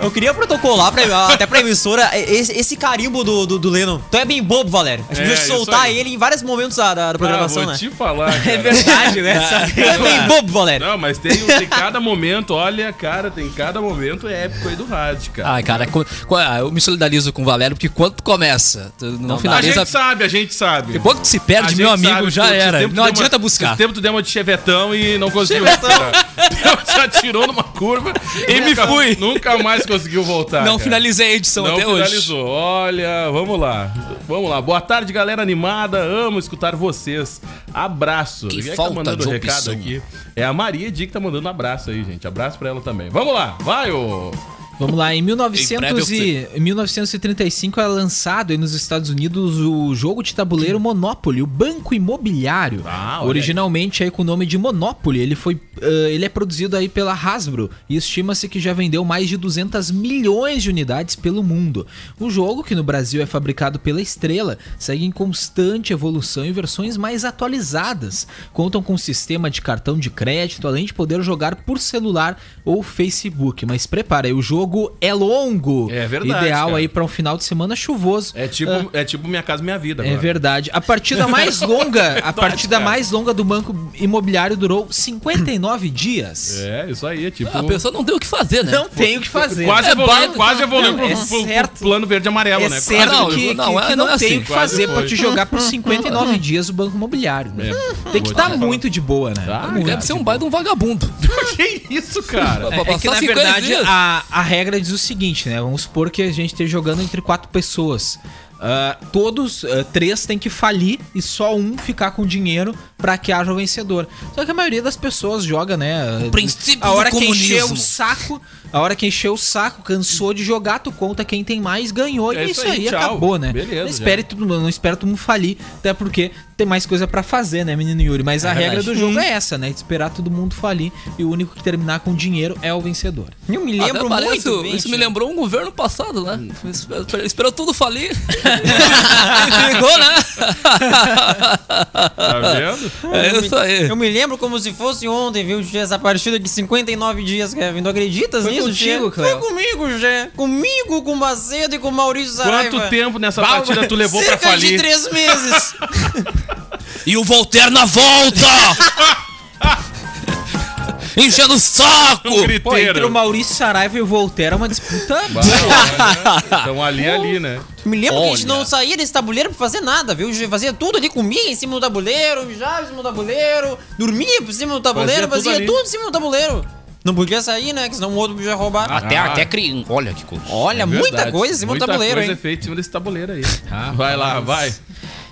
Eu queria protocolar pra, até pra emissora e- esse, esse carimbo do, do, do Lennon. Tu é bem bobo, Valério. A gente
É,
podia
isso
soltar
aí.
ele em vários momentos da, da- da programação,
ah, vou
né?
te falar, cara. Ah,
verdade, né? tu é bem bobo, Valério.
Não, mas tem, um, tem cada momento, olha, cara, tem cada momento épico aí do rádio, cara.
Ai, cara, co- co- ah, eu me solidarizo com o Valério, porque quando tu começa, tu não,
a gente
finaliza.
sabe, a gente sabe.
Depois que tu se
A
perde,
gente
meu amigo,
sabe,
já
pô, esse
era.
tempo tu deu
Não adianta
uma-
buscar.
Esse tempo tu deu uma de chevetão e não conseguiu recuperar. Já tirou numa curva e me fui. Nunca mais conseguiu voltar.
Não
cara.
finalizei a edição
Não
até hoje.
finalizou. Olha, vamos lá. Vamos lá. Boa tarde, galera animada. Amo escutar vocês. Abraço.
Que
Quem é
falta
tá mandando
de
o recado
opção.
aqui? É a Maria Di que tá mandando um abraço aí, gente. Abraço pra ela também. Vamos lá. Vai, ô
Vamos lá, em, 1900
Em
e,
breve
em 1935 é lançado aí nos Estados Unidos o jogo de tabuleiro Monopoly, o Banco Imobiliário.
Ah, olha aí.
originalmente aí com o nome de Monopoly, ele foi ah, ele é produzido aí pela Hasbro e estima-se que já vendeu mais de 200 milhões de unidades pelo mundo. O jogo, que no Brasil é fabricado pela Estrela, segue em constante evolução e versões mais atualizadas. Contam com sistema de cartão de crédito, além de poder jogar por celular ou Facebook. Mas prepara, aí, o jogo é longo.
É verdade,
Ideal
cara.
aí para um final de semana chuvoso.
É tipo,
Ah,
é tipo Minha Casa Minha Vida
é
agora.
verdade. A partida mais longa, a
Verdade,
partida
cara.
mais longa do Banco Imobiliário durou 59 dias.
É, isso aí, é tipo...
Ah, A pessoa não tem o que fazer, né?
Não tem o que fazer.
Quase
É
evoluiu,
válido,
quase
não,
evoluiu
não,
pro,
é
pro- pro
certo.
plano verde e amarelo,
É
né?
certo
Não,
que, que- que
não,
não,
é- não é
tem
assim,
o que
quase
fazer pra
foi. Hum.
te jogar por 59 dias o Banco Imobiliário. né?
É,
tem que
vou
estar
te falar.
muito de boa, né?
Ah,
Tá muito.
Deve ser um baita de um vagabundo.
que isso, cara?
Pra
É, é que
passar
na
50
verdade
dias.
a, a regra diz o seguinte, né? Vamos supor que a gente esteja jogando entre quatro pessoas. Ah, todos, ah, três têm que falir e só um ficar com dinheiro pra que haja o vencedor. Só que a maioria das pessoas joga, né? ah,
princípio
a hora
do
que encher o
comunismo.
saco, a hora que encher o saco, cansou de jogar, tu conta quem tem mais, ganhou
É
e
isso
isso
aí,
aí,
tchau.
acabou, né?
Beleza,
não, espere tudo, não espere todo mundo falir, até porque tem mais coisa pra fazer, né, menino Yuri? Mas a regra do
Uhum.
jogo é essa, né? Esperar todo mundo falir e o único que terminar com dinheiro é o vencedor. Eu me
Até
lembro
parece-
muito bem,
Isso me
gente.
lembrou um governo passado, né? Esperou, esperou tudo falir. Entregou, né?
Tá vendo?
é isso aí.
Eu me lembro como se fosse ontem, viu, Gê? Essa partida de 59 dias, Kevin. Tu acreditas
Foi
nisso,
contigo,
Gê?
Cléo.
Foi comigo, Gê. Comigo, com o Macedo e com o Maurício Saraiva.
Quanto tempo nessa partida tu levou pra
Cerca de
falir?
três meses.
E o Voltaire na volta! Enchendo o saco!
Um
Pô, entre o
griteiro.
Maurício Saraiva e o Voltaire é uma disputa.
Então ali é ali, né?
Me lembro que a gente não saía desse tabuleiro pra fazer nada, viu? Gê? Fazia tudo ali, comia em cima do tabuleiro, mijava em cima do tabuleiro, dormia por cima do tabuleiro,
Fazia tudo
fazia,
ali.
tudo, em cima do tabuleiro. Não podia sair, né? Que senão o outro podia roubar.
Até- até
cri... Olha que coisa.
Olha,
É
muita
Ah, verdade.
coisa em cima
Muita
do tabuleiro,
coisa
hein?
é feita em cima desse tabuleiro aí. vai lá, vai.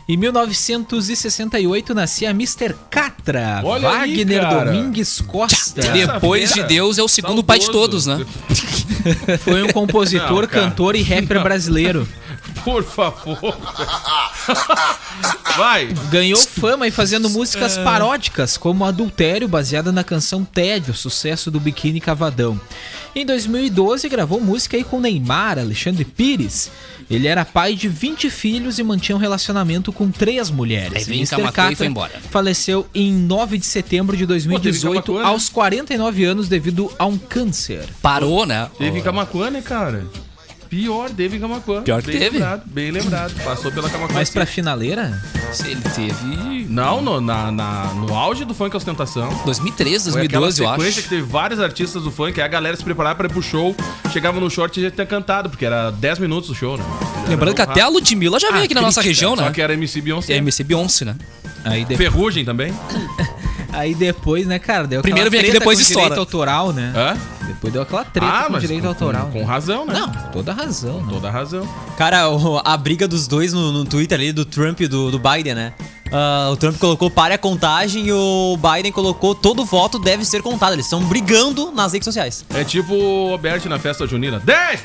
Em 1968 nascia Mr. Catra,
Olha aí,
Wagner
cara.
Domingues Costa.
Depois de
Sexta-feira.
Deus é o segundo pai de todos, né?
Foi um compositor,
Não, cara.
cantor e rapper brasileiro.
Por favor. Vai.
Ganhou fama aí fazendo
É.
músicas paródicas, como Adultério, baseada na canção Tédio, sucesso do Biquíni Cavadão. Em 2012, gravou música aí com Neymar, Alexandre Pires. Ele era pai de 20 filhos e mantinha um relacionamento com três mulheres.
Aí vem
Mr.
Camacuã e
Catra
foi embora.
faleceu em 9 de setembro de
teve
2018,
Camacuã, né?
aos 49 anos, devido a um câncer.
Parou, né?
Teve em Camacuã, né, cara? Pior, teve em Camacuã.
Pior que
bem
teve.
Lembrado, bem lembrado. Passou pela Camacuã.
Mas
sim.
é?
pra finaleira,
Se Ele teve...
Não, no, na, na- no auge do funk ostentação.
2013,
Foi aquela
2012, eu acho.
sequência que teve vários artistas do funk, aí a galera se preparava pra ir pro show, chegava no short e já tinha cantado, porque era 10 minutos o show, né? Era
Lembrando que
rápido.
até a Ludmilla
Tá
já veio aqui na nossa região,
Ah, Só
né?
que era MC Beyoncé.
É MC Beyoncé, né?
aí depois.
Ferrugem também?
Aí depois, né, cara? Deu aquela
Primeiro vem aqui,
treta
depois
com
estoura. É. Ah,
direito autoral, né?
Hã? Ah,
Depois deu aquela treta com direito
com,
autoral.
Com, com razão, né?
Não, toda razão. né?
Toda razão.
Cara, o- a briga dos dois no, no Twitter ali, do Trump e do, do Biden, né? Ah, o Trump colocou para a contagem e o Biden colocou todo voto deve ser contado. Eles estão brigando nas redes sociais.
É tipo o Alberto na festa junina. 10!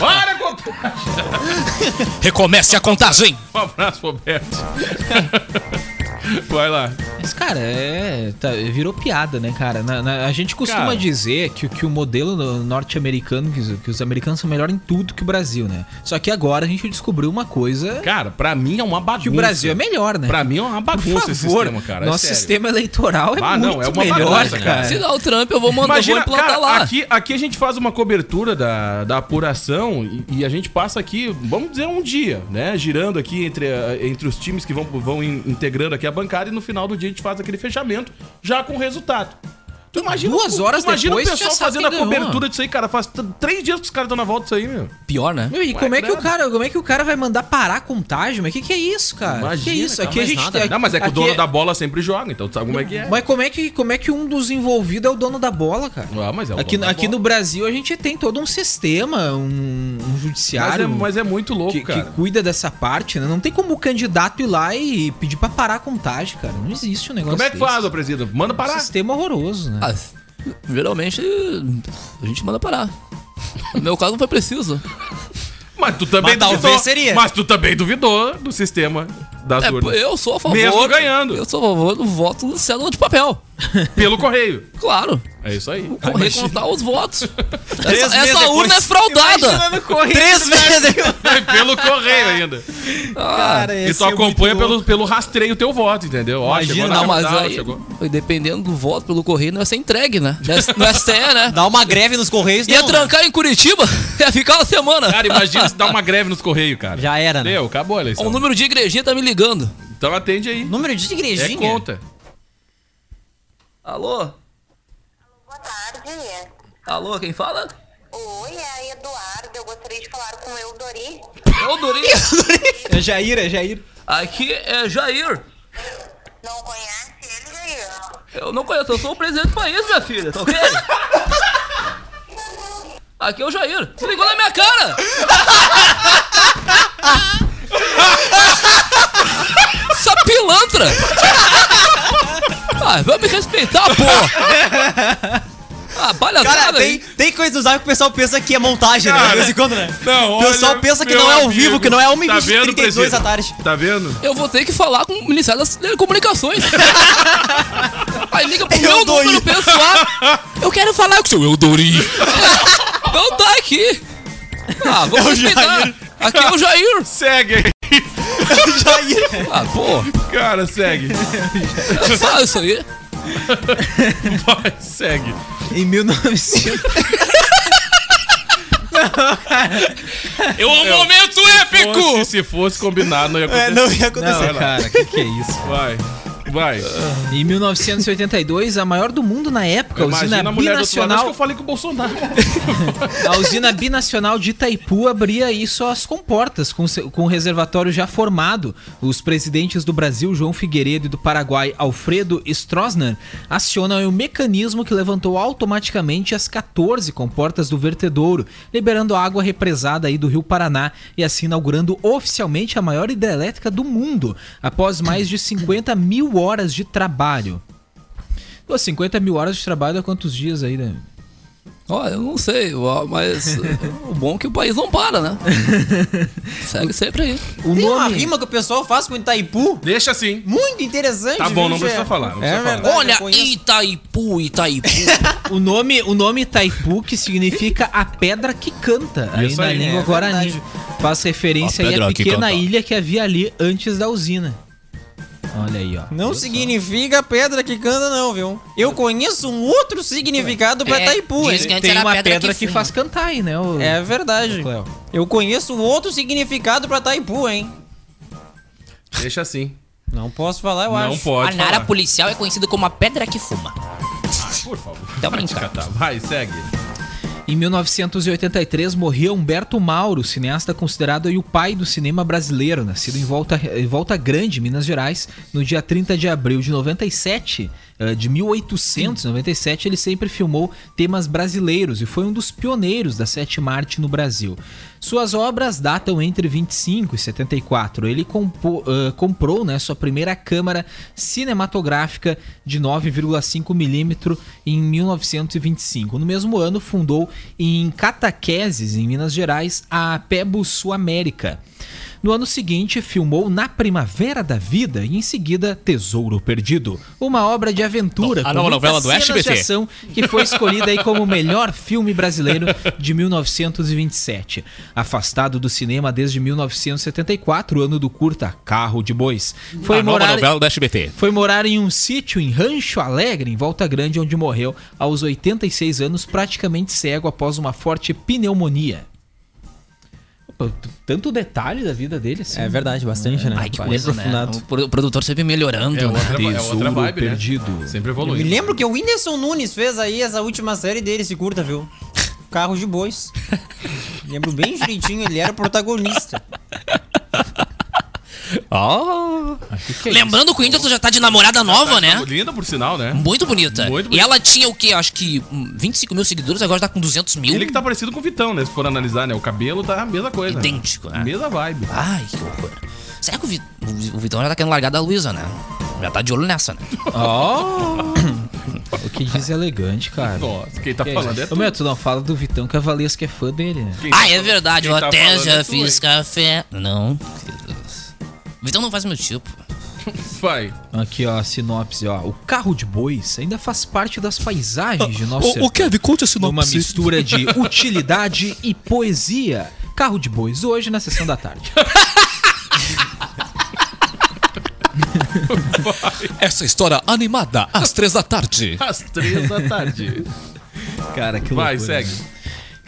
Para, com-
Recomece a contagem!
Um abraço, Roberto. Vai lá.
Mas, cara, é. tá- virou piada, né, cara? Na- na- a gente costuma
Cara.
dizer que, o- que o modelo no- norte-americano, que, os- que os americanos são melhor em tudo que o Brasil, né? Só que agora a gente descobriu uma coisa
Cara, pra mim é uma bagunça.
que o Brasil é melhor, né?
Pra mim é uma bagunça
Por favor,
esse sistema, cara. é
Nosso
sério.
sistema eleitoral é
Ah, não,
muito
é uma
melhor,
bagunça, cara.
cara.
Se dá o Trump, eu vou mandar,
Imagina,
eu vou implantar
cara,
lá.
Aqui, aqui a gente faz uma cobertura da, da apuração e, e a gente passa aqui, vamos dizer, um dia, né? Girando aqui entre, a- entre os times que vão, vão in- integrando aqui a bancada e no final do dia a gente faz aquele fechamento já com o resultado. Tu imagina,
Duas
tu
horas
imagina
depois,
o pessoal
já sabe
fazendo a
quem ganhou.
cobertura disso aí, cara. Faz t- três dias que os caras estão na volta disso aí, meu.
Pior, né?
Meu, e como é que o cara, como é que o cara vai mandar parar a contagem? Mas que que é isso, cara? que que é isso?
cara,
Aqui a
mais
gente
nada.
tem-
Não, mas é que o
aqui
dono da bola sempre joga, então tu sabe como é que é.
Mas como é que, como é que um dos envolvidos é o dono da bola, cara?
Ah, mas é o
aqui
dono da
aqui
bola.
no Brasil a gente tem todo um sistema, um, um
Mas é,
judiciário
mas é muito louco,
que, que
cara.
cuida dessa parte, né? Não tem como o candidato ir lá e pedir pra parar a contagem, cara. Não existe um negócio
Como é que
desse.
faz, ô presida? Manda
Um
parar.
sistema horroroso, né?
Ah, geralmente a gente manda parar. No meu caso não foi preciso.
Mas tu também
Mas talvez
duvidou.
seria.
Mas tu também duvidou do sistema das
É,
urnas.
eu sou a favor.
Mesmo ganhando.
Eu sou a favor do voto no cédula de papel.
Pelo correio.
Claro.
É isso aí.
Correr contar os votos.
Três
Essa,
meses
essa
depois.
urna é fraudada.
né,
Três meses.
pelo correio ainda.
Ah,
É,
e tu acompanha pelo, pelo rastreio o teu voto, entendeu? Ó,
Imagina,
chegou na
não, mas
capital,
aí,
chegou.
dependendo do voto pelo correio, não ia ser entregue, né? Não ia ser- Não ia ser, né?
Dá uma greve nos Correios.
Ia
não, né?
trancar em Curitiba, ia ficar uma semana.
Cara, imagina se dá uma greve nos correios, cara.
Já era, né?
Deu, acabou a
Ó,
eleição.
O número de igrejinha tá me ligando.
Então atende aí.
Número de
É
igrejinha.
conta.
Alô?
Boa tarde.
Alô, quem fala?
Oi, é a Eduardo. Eu gostaria de falar com o Eudori.
É o Dori.
É Jair, é Jair.
Aqui é Jair.
Não conhece ele, Jair?
Eu não conheço, eu sou o presidente do país, minha filha, tá ok? Aqui é o Jair. Se ligou na minha cara! Essa pilantra! Ah, vai me respeitar, porra! Ah, palhaçada
Cara, tem,
aí.
tem coisa do Zap que o pessoal pensa que é montagem, né?
Cara,
De vez em quando, né?
não,
o pessoal
olha,
pensa que
meu
não é ao
amigo.
vivo, que não é 1
Tá
minuto
vendo,
e 32
Presida?
da tarde.
Tá vendo?
Eu vou ter que falar com o Ministério das Telecomunicações. Aí liga pro
Eu
meu
dou
número
isso.
pessoal. Eu quero falar com o seu Eudori. Não tá aqui. Ah, vou
o
respeitar.
Jair.
Aqui é o Jair.
Segue aí.
Jair.
Ah, pô.
Cara, segue.
Eu falo isso aí.
Vai, segue.
Em 1900.
É um momento épico! se fosse combinar, não
É,
ia acontecer.
não ia acontecer.
cara, que que é isso?
Vai, vai.
Em 1982, a maior do mundo na época, a usina
Imagina a mulher do outro lado, acho que
binacional,
eu falei com o Bolsonaro.
a usina binacional de Itaipu abria aí suas comportas com, se- com o reservatório já formado. Os presidentes do Brasil, João Figueiredo, e do Paraguai, Alfredo Stroessner, acionam aí o mecanismo que levantou automaticamente as 14 comportas do vertedouro, liberando a água represada aí do Rio Paraná e assim inaugurando oficialmente a maior hidrelétrica do mundo, após mais de 50 mil horas de trabalho. Pô, 50 mil horas de trabalho há quantos dias aí, né?
Olha, eu não sei, ó, mas eh, o bom é que o país não para, né? Segue sempre aí.
O
Tem uma
nome.
rima que o pessoal faz com Itaipu.
Deixa assim.
Muito interessante.
Tá bom,
viu,
não
Gê?
precisa falar. Não precisa
É
falar.
verdade.
Olha,
eu conheço.
Itaipu, Itaipu.
O nome, o nome Itaipu, que significa a pedra que canta, aí
Isso
na
aí,
língua
é
Guarani. Faz referência
A
aí à
pedra que
pequena
canta.
ilha que havia ali antes da usina. Olha aí, ó.
Não significa pedra que canta, não, viu? Eu conheço um outro significado pra Itaipu,
diz
hein?
antes
Tem
era
uma
a
pedra,
pedra
É, que,
que
faz cantar aí, né? o-
É verdade.
Cléo.
Eu conheço um outro significado pra Itaipu, hein?
Deixa assim.
Não posso falar, eu
Não
acho.
pode. falar.
policial é conhecida como a pedra que fuma.
Por favor.
Tá
Vai te
brincando.
catar. Vai, segue.
Em 1983 morria Humberto Mauro, cineasta considerado aí o pai do cinema brasileiro, nascido em Volta, em Volta Grande, Minas Gerais, no dia 30 de abril de 97. eh, De 1897, ele sempre filmou temas brasileiros e foi um dos pioneiros da sétima arte no Brasil. Suas obras datam entre 25 e 74. Ele compo- eh, comprou né, sua primeira câmara cinematográfica de 9,5mm em 1925. No mesmo ano, fundou em Cataqueses, em Minas Gerais, a Pebus Suamérica. No ano seguinte, filmou Na Primavera da Vida e em seguida Tesouro Perdido, uma obra de aventura
a nova novela do
muitas cenas de
SBT.
ação que foi escolhida aí como o melhor filme brasileiro de 1927. Afastado do cinema desde 1974, o ano do curta Carro de Bois. Foi morar,
do SBT.
foi morar em um sítio em Rancho Alegre, em Volta Grande, onde morreu aos 86 anos, praticamente cego após uma forte pneumonia. Opa, t- Tanto detalhe da vida dele, assim.
É verdade, bastante, né?
Ai, que
Bem
coisa, né?
aprofundado.
O pro- o produtor sempre melhorando,
É
né?
outra, é outra
Tesouro
vibe, né?
perdido.
Sempre
Eu me
evolui.
lembro que o Whindersson Nunes fez aí essa última série dele, se curta, viu? Carros de bois. lembro bem direitinho, ele era o protagonista. Ah, é
Lembrando que o Whindersson já tá de namorada nova, né?
Linda, por sinal, né?
Muito bonita.
Muito
e
bonita.
ela tinha o quê? Acho que hum, 25 mil seguidores, agora tá com 200 mil.
Ele que tá parecido com o Vitão, né? Se for analisar, né? O cabelo tá a mesma coisa. né?
Idêntico, né?
Mesma vibe.
Ai, que horror. Será que o, Vi- o Vi- o Vitão já tá querendo largar da Luísa, né? Já tá de olho nessa, né?
Ó,
O que diz é elegante, cara.
Nossa, quem tá
Que
falando
isso?
é
Ô, meu, tu não fala do Vitão que a Valesca é fã dele, né?
Quem
Ah,
tá
é
fal-
verdade,
quem
eu
tá
até
falando é
já
tu,
fiz
hein?
café. Não, queridos. Vitão não faz meu tipo.
Vai.
Aqui, ó, a sinopse, ó. O carro de bois ainda faz parte das paisagens
Ah,
de nosso sertão.
conte a
Numa mistura de utilidade e poesia. Carro de bois, hoje na sessão da tarde.
Essa história animada, às três da tarde.
Às três da tarde.
Cara, que
Vai,
loucura. né?
segue.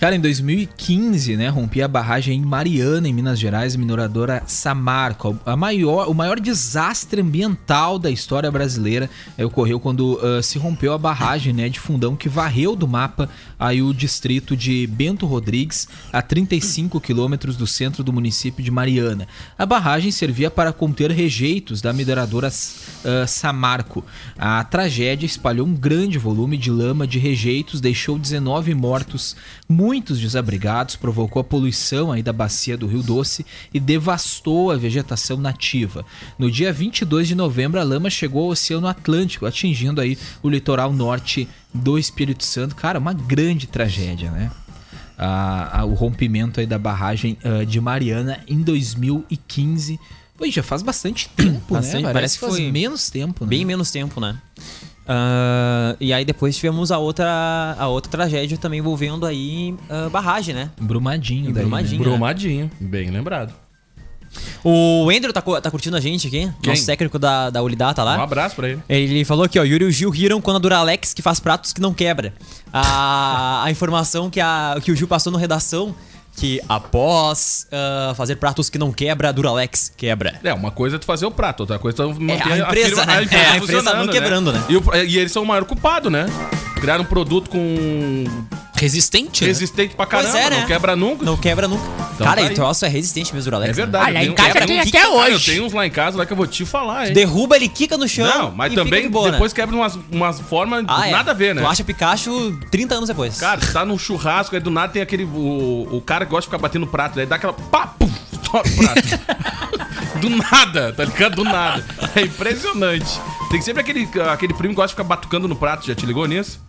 Cara, em 2015, né, rompi a barragem em Mariana, em Minas Gerais, mineradora Samarco. A maior, o maior desastre ambiental da história brasileira eh, ocorreu quando ah, se rompeu a barragem né, de fundão que varreu do mapa aí o distrito de Bento Rodrigues, a 35 quilômetros do centro do município de Mariana. A barragem servia para conter rejeitos da mineradora ah, Samarco. A tragédia espalhou um grande volume de lama de rejeitos, deixou 19 mortos, muitos desabrigados, provocou a poluição aí da bacia do Rio Doce e devastou a vegetação nativa. No dia 22 de novembro, a lama chegou ao Oceano Atlântico, atingindo aí o litoral norte do Espírito Santo. Cara, uma grande tragédia, né? a- a- o rompimento aí da barragem ah, de Mariana em 2015. Pois já faz bastante tempo,
Bastante,
né?
parece que
faz
foi
menos tempo, né?
Bem menos tempo, né? Ah, e aí depois tivemos a outra, a outra tragédia também envolvendo aí ah, barragem, né?
Brumadinho,
Em
daí,
Brumadinho.
Bromadinho. Bem lembrado.
O Andrew tá, cu- tá curtindo a gente aqui,
Quem?
nosso técnico da, da Olidata lá.
Um abraço pra ele.
Ele falou aqui, ó, Yuri e o Gil riram quando a Duralex que faz pratos que não quebra. A, a informação que, a, que o Gil passou no redação, que após ah, fazer pratos que não quebra, a Duralex quebra.
É, uma coisa é tu fazer o prato, outra coisa é tu manter
a empresa, né?
a empresa,
É, a empresa
funcionando,
não quebrando, né?
E, o- e eles são o maior culpado, né? Criaram um produto com
Resistente? né?
resistente pra caramba,
Pois é, né?
não quebra nunca.
Não quebra nunca.
Então
Cara,
tá
e
aí.
troço é resistente mesmo, Duralex.
É
né?
verdade.
Ah,
eu
lá em
tenho-
casa
eu
tem
tenho-
até
Cara,
hoje.
um Eu tenho uns lá em casa lá que eu vou te falar, hein?
Derruba, ele quica no chão.
Não, mas
e fica
também
de boa, né?
depois quebra umas, umas formas
Ah, é.
nada a ver, né?
Tu acha Pikachu 30 anos depois.
Cara, tu tá num churrasco, aí do nada tem aquele. O, o cara que gosta de ficar batendo prato, aí dá aquela. Pá, pum, estoura o prato. do nada, tá ligado? Do nada. É impressionante. Tem sempre aquele, aquele primo que gosta de ficar batucando no prato, já te ligou nisso?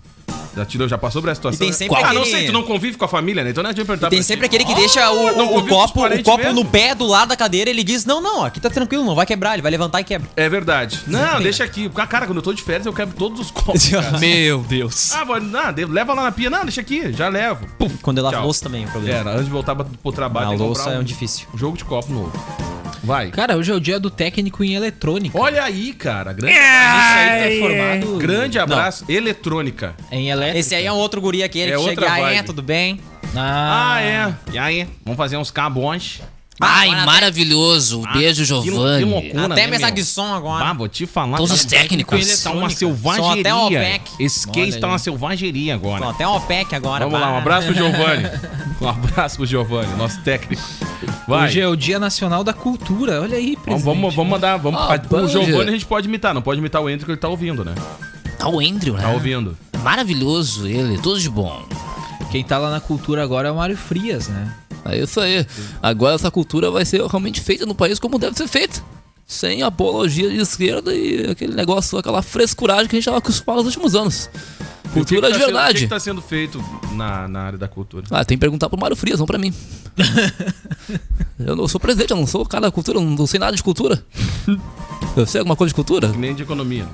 Já, te, já passou por essa situação?
E tem
né?
sempre
ah, não
aquele-
sei, tu não convive com a família, né? Então não adianta perguntar
Tem
pra ti. Ah,
sempre aquele que deixa o,
não
o- o
convive com os
copo, o
parentes
copo
mesmo.
no pé do lado da cadeira, ele diz: Não, não, aqui tá tranquilo, não vai quebrar, ele vai levantar e quebra.
É verdade. Não, deixa aqui. Ah, Cara, quando eu tô de férias, eu quebro todos os copos. cara.
Meu Deus.
Ah, vou, não, devo- leva lá na pia. Não, deixa aqui, já levo. Puf,
Quando eu lavo
tchau.
louça também é um problema.
Era, antes de voltar pra- pro trabalho,
A
tem que
louça
comprar
é um difícil.
Jogo de copo novo. Vai.
Cara, hoje é o dia do técnico em eletrônica.
Olha aí, cara. Grande,
Isso aí tá formado.
grande abraço. Eletrônica.
É Em elétrica.
Esse aí é um outro guri aqui, ele
É
que chega,
outra
ah, é,
vibe.
tudo bem.
Ah,
Ah, é. E aí? Vamos fazer uns cabons.
Ai, maravilhoso. Beijo,
Ah, Que
Giovanni.
loucura,
Até
né,
mesa
meu?
de som
Ah,
agora.
vou te falar.
Todos
tá
os
um-
técnicos.
Tá uma selvageria.
São até OPEC.
Esse
Olha
case tá
aí.
uma selvageria agora.
Tô até um OPEC agora.
Vamos lá, um
bah.
abraço pro Giovanni. Um abraço pro Giovanni, nosso técnico. Vai.
Hoje é o dia nacional da cultura. Olha aí,
Vamos,
presidente.
vamos, vamos mandar. Vamos,
Ah,
o
Banja.
Giovanni a gente pode imitar, não pode imitar o Andrew que ele tá ouvindo, né?
Tá o Andrew, né?
Tá ouvindo.
Maravilhoso ele, tudo de bom.
Quem tá lá na cultura agora é o Mário Frias, né?
É isso aí. Agora essa cultura vai ser realmente feita no país como deve ser feita. Sem apologia de esquerda e aquele negócio, aquela frescuragem que a gente estava acostumado nos últimos anos.
E o que que
Cultura
tá
de
sendo-
verdade.
O que, que tá sendo feito na, na área da cultura?
Ah, tem que perguntar pro Mário Frias, não pra mim. eu não sou presidente, eu não sou o cara da cultura, eu não sei nada de cultura. Eu sei alguma coisa de cultura?
Nem de economia.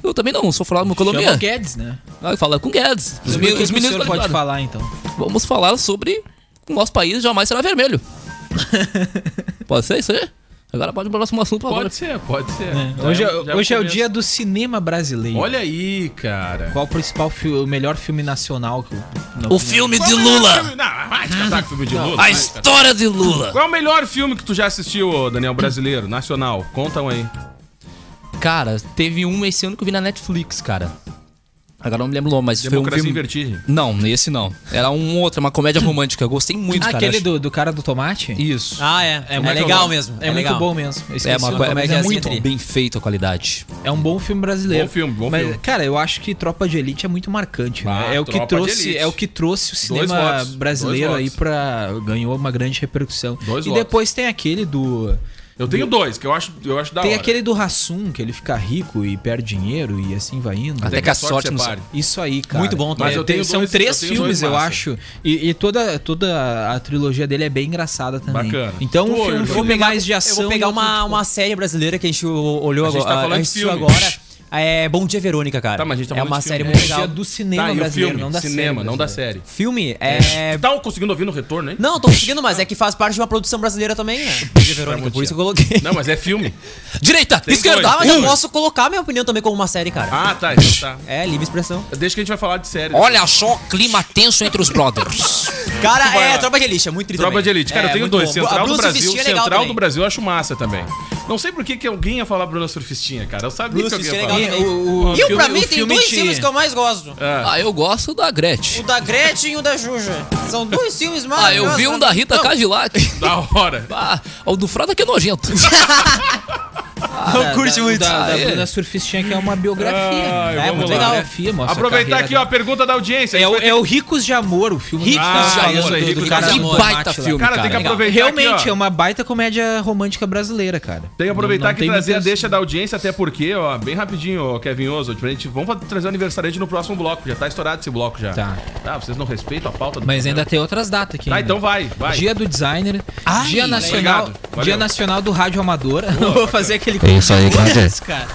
Eu também não, sou falado com
Chama o
economia.
Guedes, né?
Ah, fala com o Guedes. Os,
Sobre o
meninos
que
os
que o
meninos
senhor pode
qualificados.
falar, então?
Vamos falar sobre o nosso país jamais será vermelho. pode ser isso aí? Agora pode ir pro próximo assunto agora.
Pode ser, pode ser. Já
Hoje, é,
um- já um
hoje é o
começo.
dia do cinema brasileiro.
Olha aí, cara.
Qual o principal fi- o melhor filme nacional que eu- na
O
opinião-
filme de
Qual o melhor filme-
Lula!
Não, vai te catar com filme de Lula.
A
vai, cara.
história de Lula!
Qual é o melhor filme que tu já assistiu, ô, Daniel Brasileiro? Nacional. Conta um aí.
Cara, teve um esse ano que eu vi na Netflix, cara. Agora não me lembro o nome, mas foi um
Democracia em
filme...
Vertigem.
Não, esse não. Era um outro, uma comédia romântica. Eu gostei muito,
Ah,
cara.
aquele
Acho-
do, do cara do tomate?
Isso.
Ah, é. É,
como é que é o
legal
nome?
mesmo.
É, muito
legal.
bom mesmo. Eu esqueci
é
o
uma
nome,
coisa
mas
é
assim,
muito
tri.
bem feito a qualidade.
É um bom filme brasileiro.
Bom filme, bom
Mas,
filme.
Cara, eu acho que Tropa de Elite é muito marcante, né?
Ah,
É o que
Tropa de
trouxe,
Elite.
é o que trouxe o
Dois
cinema
votos,
brasileiro
dois
aí
votos.
para ganhou uma grande repercussão.
Dois
e
votos. Ah,
depois tem aquele do
Eu tenho dois, que eu acho, eu acho da
Tem
hora.
aquele do Rassum, que ele fica rico e perde dinheiro e assim vai indo.
Até que a sorte nos-
separe.
Isso aí, cara.
Muito bom, tá?
Mas
Mas eu tenho
são
dois-
três
eu tenho dois
filmes, eu
massa.
acho. E, e toda, toda a trilogia dele é bem engraçada também.
Bacana.
Então,
Pô,
um
eu
filme,
vou
filme
pegar-
mais de ação.
Eu vou pegar
e outro-
uma, uma série brasileira que a gente o- olhou
A gente tá
agora.
falando de
assistiu
filme.
agora. É Bom Dia Verônica, cara.
Tá, mas a gente tá
é
falando
uma
de
série
filme.
muito
É
legal.
do cinema
Tá, e o
brasileiro,
filme?
não da série
Cinema, não da
brasileira.
série.
Filme é.
Tá conseguindo ouvir no retorno, hein?
Não, tô conseguindo, mas é que faz parte de uma produção brasileira também, né? Bom Dia Verônica, por isso que eu coloquei.
Não, mas é filme.
Direita,
Tem
esquerda.
dois.
Ah, mas eu
Um.
posso colocar minha opinião também como uma série, cara.
Ah, tá, então tá.
É, livre expressão.
Deixa que a gente vai falar de série.
Olha só, clima tenso entre os brothers.
Cara,
Vai
é,
lá.
Tropa de Elite, é muito triste.
Tropa de Elite. Cara, eu tenho dois. Central do Brasil.
é
é
Central do Brasil eu acho massa também. Não sei por que, que alguém ia falar Bruna Surfistinha, cara. Eu sabia
Bruce
que
Fischer
alguém
é legal também.
ia falar.
o- o
e o, pra
filme-
mim tem
o filme
dois
te-
filmes que eu mais gosto.
Ah.
Ah, eu gosto da
O
Gretchen.
da Gretchen e o da Juja. São dois filmes mais.
Ah, eu vi um da Rita Cadillac.
Da hora.
Ah, o do Frota que é nojento.
ah,
Eu curto muito. Da, da
Ah, é?
Bruna Surfistinha, que é uma biografia.
Ai,
né?
é
vamos
muito
Ah, lá.
legal.
biografia, mostra a
Aproveitar
carreira
aqui, ó,
dela.
a pergunta da audiência.
É o, é o Ricos de Amor, o filme
Ricos
tá
de
falando
Amor,
do- do
Ricos de
cara
Amor.
do
Que baita
Mate lá.
filme,
Cara, tem que
cara.
aproveitar
Realmente,
aqui, ó.
é uma baita comédia romântica brasileira, cara.
Tem que aproveitar
Não- não
que trazer a
muitas-
deixa da audiência, até porque, ó, bem rapidinho, ó, Kevin Oso, pra gente, vamos fa- trazer o aniversariante no próximo bloco, já tá estourado esse bloco já.
Tá.
Tá, vocês não respeitam a pauta do
Mas
programa?
ainda tem outras datas aqui.
né?
Tá,
ainda.
então vai, vai.
Dia do designer, Dia Nacional,
Obrigado. Valeu.
Dia Nacional do Rádio Amador. Não vou fazer aquele
É isso aí, Cláudia.
cara.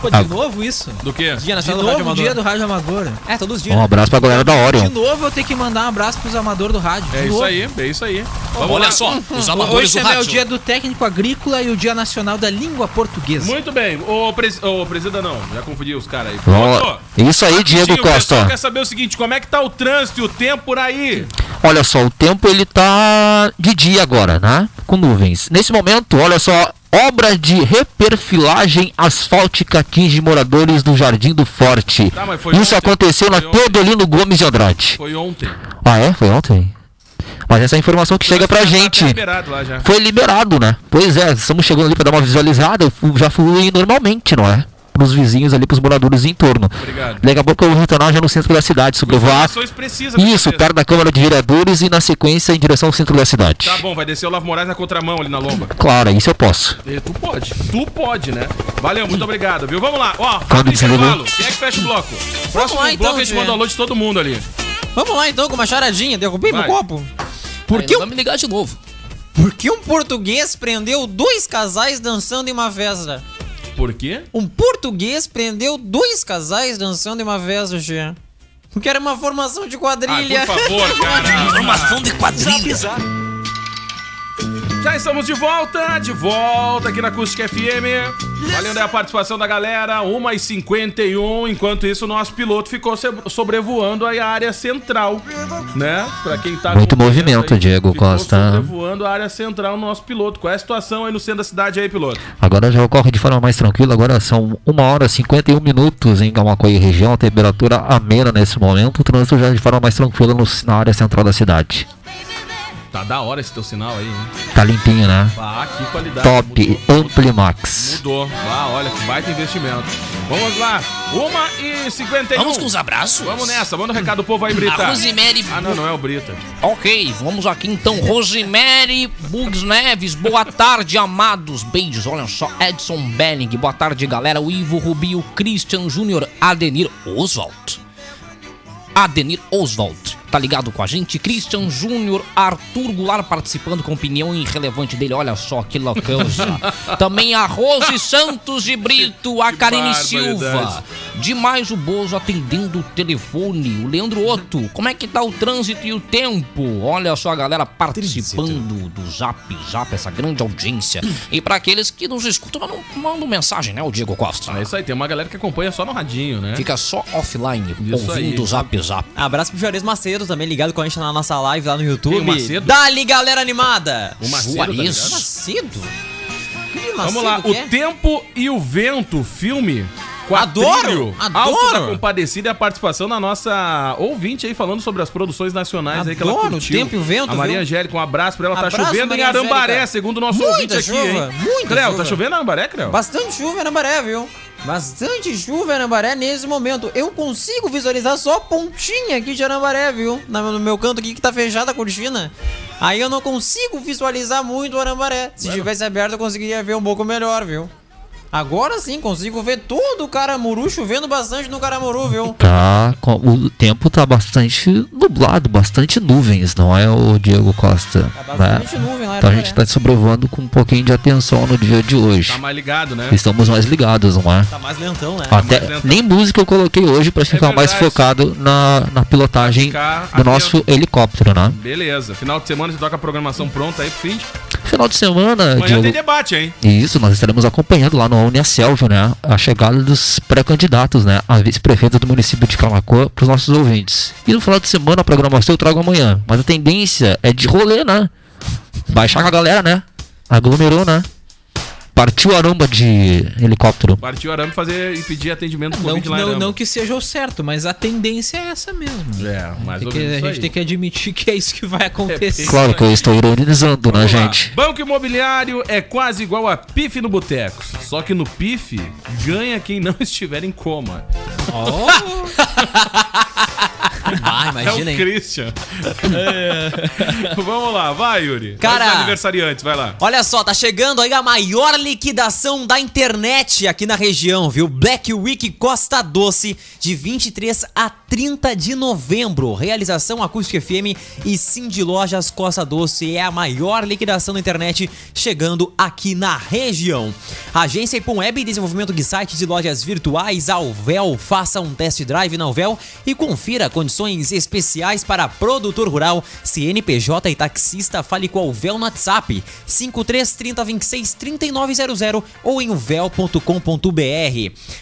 Pô,
Ah.
de novo isso?
Do quê?
Dia
De
Nacional do Rádio
novo o
Amador.
Dia do Rádio Amador.
É, todos os dias.
Um abraço pra galera da
De
Orion.
novo eu tenho que mandar um abraço pros amadores do rádio. De
É isso
novo.
aí, é isso aí. Vamos
Olha
lá.
só, os amadores
Hoje
do
também é o
rádio.
Dia do Técnico Agrícola e o Dia Nacional da Língua Portuguesa.
Muito bem, ô, pres... ô presida não, já confundi os caras aí.
Vamos lá.
Ô,
é
Isso aí, Diego
Tinho, o pessoal
Costa.
quer saber o seguinte, como é que tá o trânsito e o tempo por aí?
Olha só, o tempo ele tá de dia agora, né? Com nuvens. Nesse momento, olha só, obra de reperfilagem asfáltica atinge moradores do Jardim do Forte.
Tá, mas foi
Isso
ontem,
aconteceu na
foi ontem.
Teodolino Gomes de Andrade.
Foi ontem.
Ah, é? Foi ontem? Mas essa é a informação que chega
Já
pra
tá
gente.
até liberado lá já.
Foi liberado, né? Pois é, estamos chegando ali pra dar uma visualizada. Eu fu- já fui normalmente, não é? Pros vizinhos ali, pros moradores em torno.
Obrigado.
Daqui a pouco eu vou retornar já no centro da cidade, sobrevoar.
Informações precisas. com
Isso, tá.
certeza.
perto da Câmara de Vereadores e na sequência em direção ao centro da cidade.
Tá bom, vai descer o Lavo Moraes na contramão ali na lomba.
Claro, isso eu posso.
E tu pode, tu pode, né? Valeu, muito obrigado, viu? Vamos lá, ó,
Quando
rápido
desligou?
intervalo. Quem é que fecha o bloco? Próximo
lá, então,
bloco a gente
Tchê.
um
manda alô de todo mundo ali.
Vamos lá então com uma charadinha. Derrubei
Vai.
meu copo. Por
Aí
que,
não
um,
vai me ligar de novo.
por que um português prendeu dois casais dançando em uma festa?
Por quê?
Um português prendeu dois casais dançando em uma festa, Jean. Porque era uma formação de
Ah,
quadrilha.
por favor, cara.
Formação de quadrilha.
Já estamos de volta, de volta aqui na Acústica FM. Valendo aí a participação da galera, 1h51. Enquanto isso, o nosso piloto ficou se- sobrevoando aí a área central, né? Pra quem tá...
Muito
acompanhando
movimento, Diego
ficou
Costa.
sobrevoando a área central, no nosso piloto. Qual é a situação aí no centro da cidade aí, piloto?
Agora já ocorre de forma mais tranquila, agora são 1 hora e 51 minutos em Gamacoa e região, a temperatura amena nesse momento, o trânsito já de forma mais tranquila no, na área central da cidade.
Tá da hora esse teu sinal aí, hein?
Tá limpinho, né?
Ah, que qualidade.
Top
Mudou,
Amplimax.
mudou. Ah, olha, que baita investimento. Vamos lá. 1 e 51.
Vamos com os abraços?
Vamos nessa. Manda um recado do povo aí, Brita.
A Rosemary-
Ah, não, não é o Brita.
Ok, vamos aqui então, Rosemary Bugs Neves, boa tarde, amados beijos. Olha só, Edson Belling, boa tarde, galera. O Ivo Rubio, Christian Júnior, Adenir Oswald. Adenir Oswald, tá ligado com a gente? Christian Júnior, Arthur Goulart participando com opinião irrelevante dele. Olha só que loucança. Também a Rose Santos de Brito, a Karine Silva.
barbaridade.
Demais o Bozo atendendo o telefone. O Leandro Otto, como é que tá o trânsito e o tempo? Olha só a galera participando do Zap Zap, essa grande audiência. E pra aqueles que nos escutam, mandam, mandam mensagem, né, o Diego Costa?
É isso aí, tem uma galera que acompanha só no radinho, né?
Fica só offline,
Isso
ouvindo
aí. tá.
o Zap Zap.
Abraço pro Juarez Macedo também, ligado com a gente na nossa live lá no YouTube.
Quem, o Macedo?
Dali, galera animada!
O Macedo, tá
Juarez.
ligado?
Macedo? Que Macedo
Vamos lá,
que
O
é?
Tempo e o Vento, filme.
Adoro, adoro.
Alto da Compadecida e a participação da nossa ouvinte aí falando sobre as produções nacionais aí que ela
Adoro O
curtiu.
Tempo e o Vento,
A Maria
viu?
Angélica, um abraço pra ela. tá
Abraço,
chovendo
Maria
em Arambaré,
Angélica.
segundo o nosso
Muita
ouvinte aqui,
chuva,
hein?
muita
Creu, tá
chuva.
chovendo em Arambaré, Creu?
Bastante chuva na maré, viu? Bastante chuva em Arambaré nesse momento. Eu consigo visualizar só a pontinha aqui de Arambaré, viu? Na- No meu canto aqui que tá fechada a cortina. Aí eu não consigo visualizar muito o Arambaré. Se tivesse aberto, eu conseguiria ver um pouco melhor, viu? Agora sim, consigo ver todo o Caramuru chovendo bastante no Caramuru, viu?
Tá, com- o tempo tá bastante nublado, bastante nuvens, não é o Diego Costa?
Tá bastante
né?
nuvem lá,
Então a
é,
gente
é.
tá sobrevoando com um pouquinho de atenção no dia de hoje.
Tá mais ligado, né?
Estamos mais ligados, não é?
Tá mais lentão, né?
Até, nem música eu coloquei hoje pra ficar mais
É verdade.
focado na, na pilotagem
Pra ficar
do nosso helicóptero, né?
Beleza. Final de semana você toca a programação pronta aí pro fim.
Final de semana,
Amanhã
Diego.
tem debate, hein?
Isso, nós estaremos acompanhando lá no Uniacelv, né? A chegada dos pré-candidatos, né? A vice-prefeita do município de Camacoa para os nossos ouvintes. E no final de semana a programação eu trago amanhã. Mas a tendência é de rolê, né? Baixar com a galera, né? Aglomerou, né? Partiu aramba de helicóptero.
Partiu Arame fazer e pedir atendimento com
Ah,
o
Não
convite
que,
lá em
não,
Arame.
não que seja o certo, mas a tendência é essa mesmo.
É, mais ou
que,
menos
A
isso
gente
aí.
tem que admitir que é isso que vai acontecer.
Claro que eu estou ironizando, né, gente?
Banco imobiliário é quase igual a PIF no boteco. Só que no PIF ganha quem não estiver em coma.
Ah,
é o Christian. É, Vamos lá, vai, Yuri.
Cara-
Vai os aniversariantes, vai lá.
Olha só, tá chegando aí a maior liquidação da internet aqui na região, viu? Black Week Costa Doce, de 23 a 30 de novembro. Realização Acústica FM e Cindy Lojas Costa Doce é a maior liquidação da internet chegando aqui na região. Agência Ipom Web, desenvolvimento de sites e lojas virtuais, Alvel, faça um test drive na Alvel e confira condições especiais para produtor rural, CNPJ e taxista. Fale com a Alvel no WhatsApp 5330263900 ou em uvel.com.br.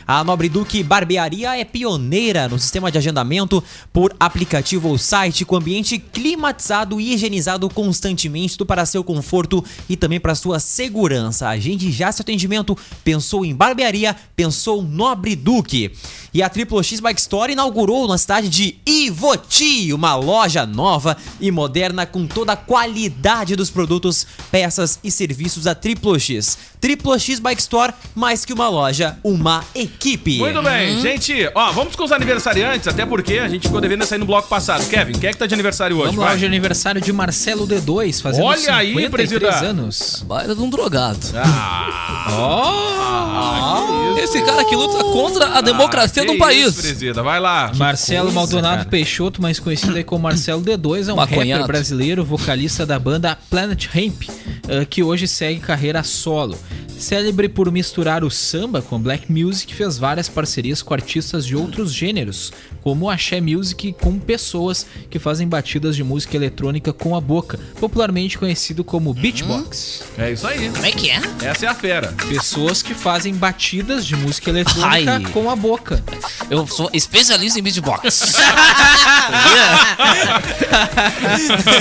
A Nobre Duque Barbearia é pioneira no sistema de agendamento por aplicativo ou site com ambiente climatizado e higienizado constantemente tudo para seu conforto e também para sua segurança. Agende já seu atendimento. Pensou em barbearia, pensou Nobre Duque. E a Triple X Bike Store inaugurou na cidade de Ivoti, uma loja nova e moderna com toda a qualidade dos produtos, peças e serviços da Triple X. Triple X Bike Store, mais que uma loja, uma equipe.
Muito bem, gente. Ó, vamos com os aniversariantes, até porque a gente ficou devendo sair no bloco passado. Kevin, quem é que tá de aniversário hoje?
Vamos lá,
Vai.
hoje é aniversário de Marcelo D2, fazendo
Olha aí,
53
presida.
anos.
Baita de um drogado.
Tá.
Ah,
Esse cara que luta contra a democracia
Ah,
do
que
país.
isso, presida, vai lá.
Marcelo
coisa,
Maldonado
cara.
Peixoto, mais conhecido aí como Marcelo D2, é um
Maconhado.
rapper brasileiro, vocalista da banda Planet Hemp, eh, que hoje segue carreira solo. Célebre por misturar o samba com black music, fez várias parcerias com artistas de outros gêneros, como o axé music com pessoas que fazem batidas de música eletrônica com a boca, popularmente conhecido como beatbox.
É isso aí.
Como é que é?
Essa é a fera.
Pessoas que fazem batidas de música eletrônica
Ai.
com a boca.
Eu sou especialista em beatbox.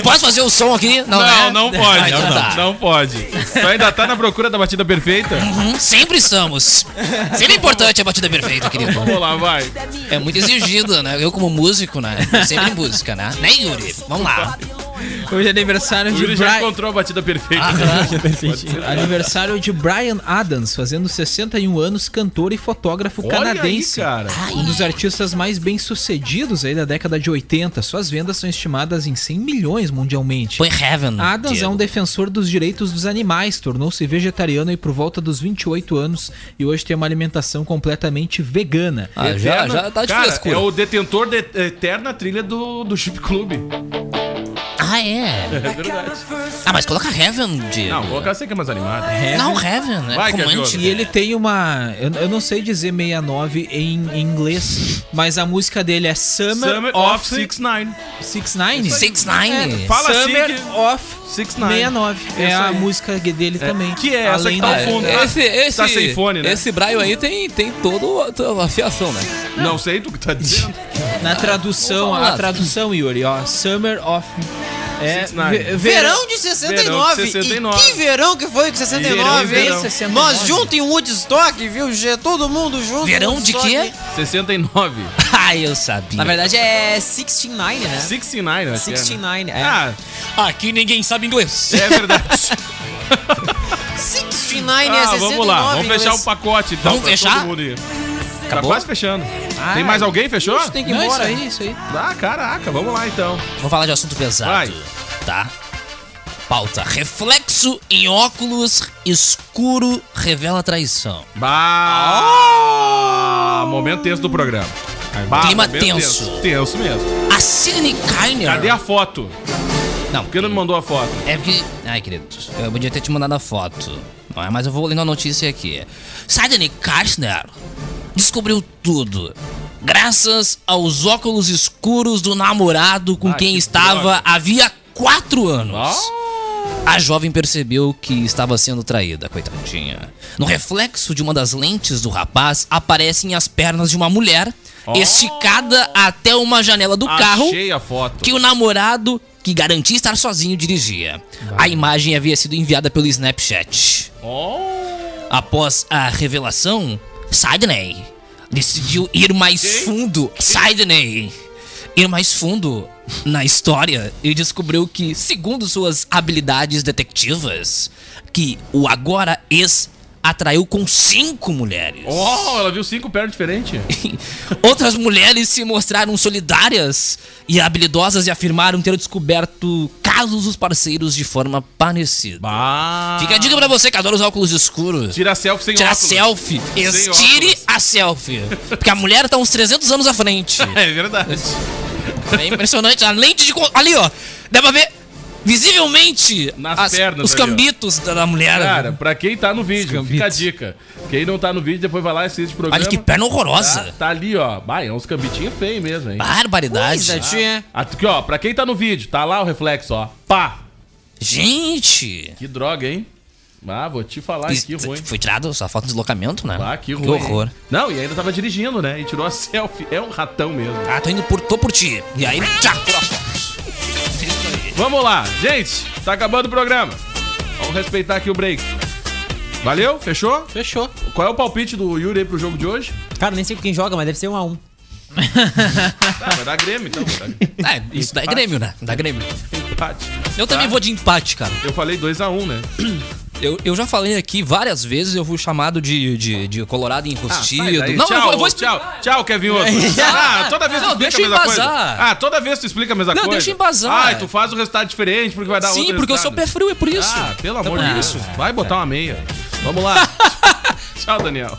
Posso fazer o som aqui?
Não,
né?
não pode.
Ah, então tá.
Não pode. Tu ainda tá na procura da batida perfeita?
Uhum, sempre estamos. Sempre é importante a batida perfeita, querido.
Vamos lá, vai.
É muito exigida, né? Eu como músico, né? Sempre música, né? Nem Yuri. Vamos lá.
Hoje é aniversário
O
de
Yuri já
Brian...
encontrou a batida perfeita.
Ah,
Aniversário de Brian Adams, fazendo 61 anos, cantor e fotógrafo
Olha
canadense.
aí, cara.
Um dos artistas mais bem-sucedidos aí da década de 80. Suas vendas são estimadas em 100 milhões mundialmente.
Põe Heaven.
Adams é
Diego.
um defensor dos direitos dos animais, tornou-se vegetariano aí por volta dos 28 anos e hoje tem uma alimentação completamente vegana.
Ah, já,
Eterno-
já tá de
cara,
frescura.
É o detentor da eterna trilha do, do Chip Club.
Ah, é?
É verdade.
Ah, mas coloca Heaven, Diego.
Não, colocar sei que é mais animado.
Não, Heaven. É
Vai, que é
romântico.
jogo.
E ele tem uma. Eu, eu não sei dizer 69 em, em inglês, mas a música dele é Summer,
Summer
of,
of 69.
69?
Six
É,
Nine.
Fala assim
Summer
que-
of
69.
69.
Isso
É a
aí.
música dele também.
que é essa que tá
da-
ao fundo.
É,
Esse, esse,
Tá sem fone, né?
Esse Brian aí tem, tem toda a tua afiação, né?
Não sei tu que tá dizendo.
Na tradução,
Ah, Vamos falar.
a tradução, Yuri, ó. Summer of. É,
69.
ve- verão.
Verão de 69.
Verão de 69.
E que verão que foi que 69,
Verão,
hein?
verão.
69.
Nós juntos em Woodstock, viu? Gê? Todo mundo junto.
Verão de
Woodstock.
quê?
69.
Ai, eu sabia.
Na verdade é 69, né?
69, né?
69, é.
Ah,
Aqui ninguém sabe inglês.
é verdade.
69. 69, é
Ah,
69.
vamos lá, vamos fechar o
Inglês.
pacote então.
Vamos
pra
fechar?
todo mundo ir. Tá
Acabou?
quase fechando.
Ah,
tem mais alguém? Fechou?
Isso, tem que ir embora.
isso aí, isso aí.
Ah, caraca, vamos lá então.
Vamos falar de assunto pesado.
Vai.
Tá?
Pauta. Reflexo em óculos escuro revela traição.
Bah! Momento tenso do programa. Bah,
Clima
momento
tenso.
tenso. Tenso mesmo.
A Signe Kiner.
Cadê a foto?
Não.
Por que não me mandou a foto?
É porque. Ai, querido, eu podia ter te mandado a foto. Não é? Mas eu vou lendo a notícia aqui. Sidney Kastner descobriu tudo. Graças aos óculos escuros do namorado com
Ah,
quem
que
estava
droga.
havia quatro anos.
Ah,
A jovem percebeu que estava sendo traída, coitadinha. No reflexo de uma das lentes do rapaz aparecem as pernas de uma mulher esticada até uma janela do carro
Achei a foto.
que o namorado que garantia estar sozinho dirigia. A imagem havia sido enviada pelo Snapchat.
Oh.
Após a revelação, Sidney decidiu ir mais fundo. Sidney ir mais fundo na história e descobriu que, segundo suas habilidades detectivas, que o agora ex atraiu com cinco mulheres.
Oh, ela viu cinco pernas diferentes.
Outras mulheres se mostraram solidárias e habilidosas e afirmaram ter descoberto casos dos parceiros de forma parecida.
Bah.
Fica a dica pra você que adora os óculos escuros.
Tira selfie sem
Tirar
óculos.
selfie. Estire
óculos.
a selfie. Porque a mulher tá uns 300 anos à frente.
É verdade.
É impressionante. A lente de. con- Ali, ó. Dá pra ver visivelmente
Nas pernas
os
ali, ó.
cambitos da, da mulher.
Cara, pra quem tá no vídeo,
Escambito.
fica a dica. Quem não tá no vídeo, depois vai lá e assiste o programa.
Olha que perna horrorosa.
Tá, tá ali, ó. Bah, é uns cambitinhos feios mesmo, hein?
Barbaridade.
Coisa, tia.
Aqui, ó, pra quem tá no vídeo, tá lá o reflexo, ó. Pá!
Gente.
Que droga, hein? Ah, vou te falar,
Isso
que ruim.
Foi tirado só falta de deslocamento, né?
Ah, que ruim.
Que horror.
Não, e ainda tava dirigindo, né? E tirou a selfie. É um ratão mesmo.
Ah, tô indo por. tô por ti. E aí, tchau, por a foto.
Vamos lá, gente. Tá acabando o programa. Vamos respeitar aqui o break. Valeu? Fechou?
Fechou.
Qual é o palpite do Yuri aí pro jogo de hoje?
Cara, nem sei quem joga, mas deve ser um a um.
Ah, vai dar Grêmio, então. Vai dar
É, isso dá Grêmio, né? Dá Grêmio.
empate.
Eu também
Tá?
vou de empate, cara.
Eu falei 2x1, né?
Eu, eu já falei aqui várias vezes, eu fui chamado de, de, de Colorado
Ah, sai
enrustido.
daí.
não,
tchau,
eu vou, eu vou
tchau, tchau, Kevin Oswald. Ah, toda vez tu
Não,
explica
deixa
a
eu
mesma coisa.
embasar.
Ah, toda vez tu explica a mesma
Não,
coisa.
deixa eu embasar.
Ah, e tu faz o resultado diferente porque vai dar
Sim,
outro
porque eu sou pé
resultado.
frio, é por isso.
Ah, pelo amor
Ah,
de Deus. Vai botar uma meia. Vamos lá. tchau, Daniel.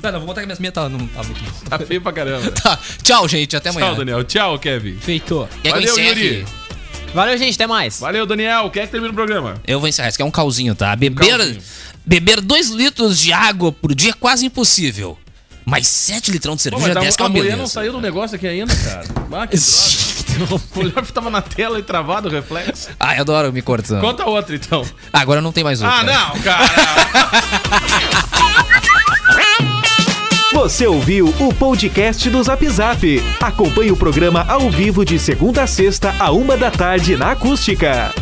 Não, não, vou botar que minhas minhas tá, não, tá muito.
Tá feio pra caramba.
Tá, tchau, gente, até amanhã.
Tchau, Daniel. Tchau, Kevin.
Feito.
Quer que eu
Valeu,
encerre?
Yuri.
Valeu, gente. Até mais.
Valeu, Daniel. Quer que termine o programa?
Eu vou encerrar, isso aqui é um calzinho, tá? Beber,
Calzinho.
beber dois litros de água por dia é quase impossível. Mas 7 litrão
Pô,
de cerveja
mas a,
desce que
a
é uma
mulher
beleza.
não saiu do negócio aqui ainda, cara. Ah, que droga. O olhar tava na tela e travado o reflexo.
Ah, eu adoro me cortando.
Conta outra, então.
Ah, Agora não tem mais outra.
Ah, não, cara.
Você ouviu o podcast do Zap Zap. Acompanhe o programa ao vivo de segunda a sexta, a uma da tarde na Acústica.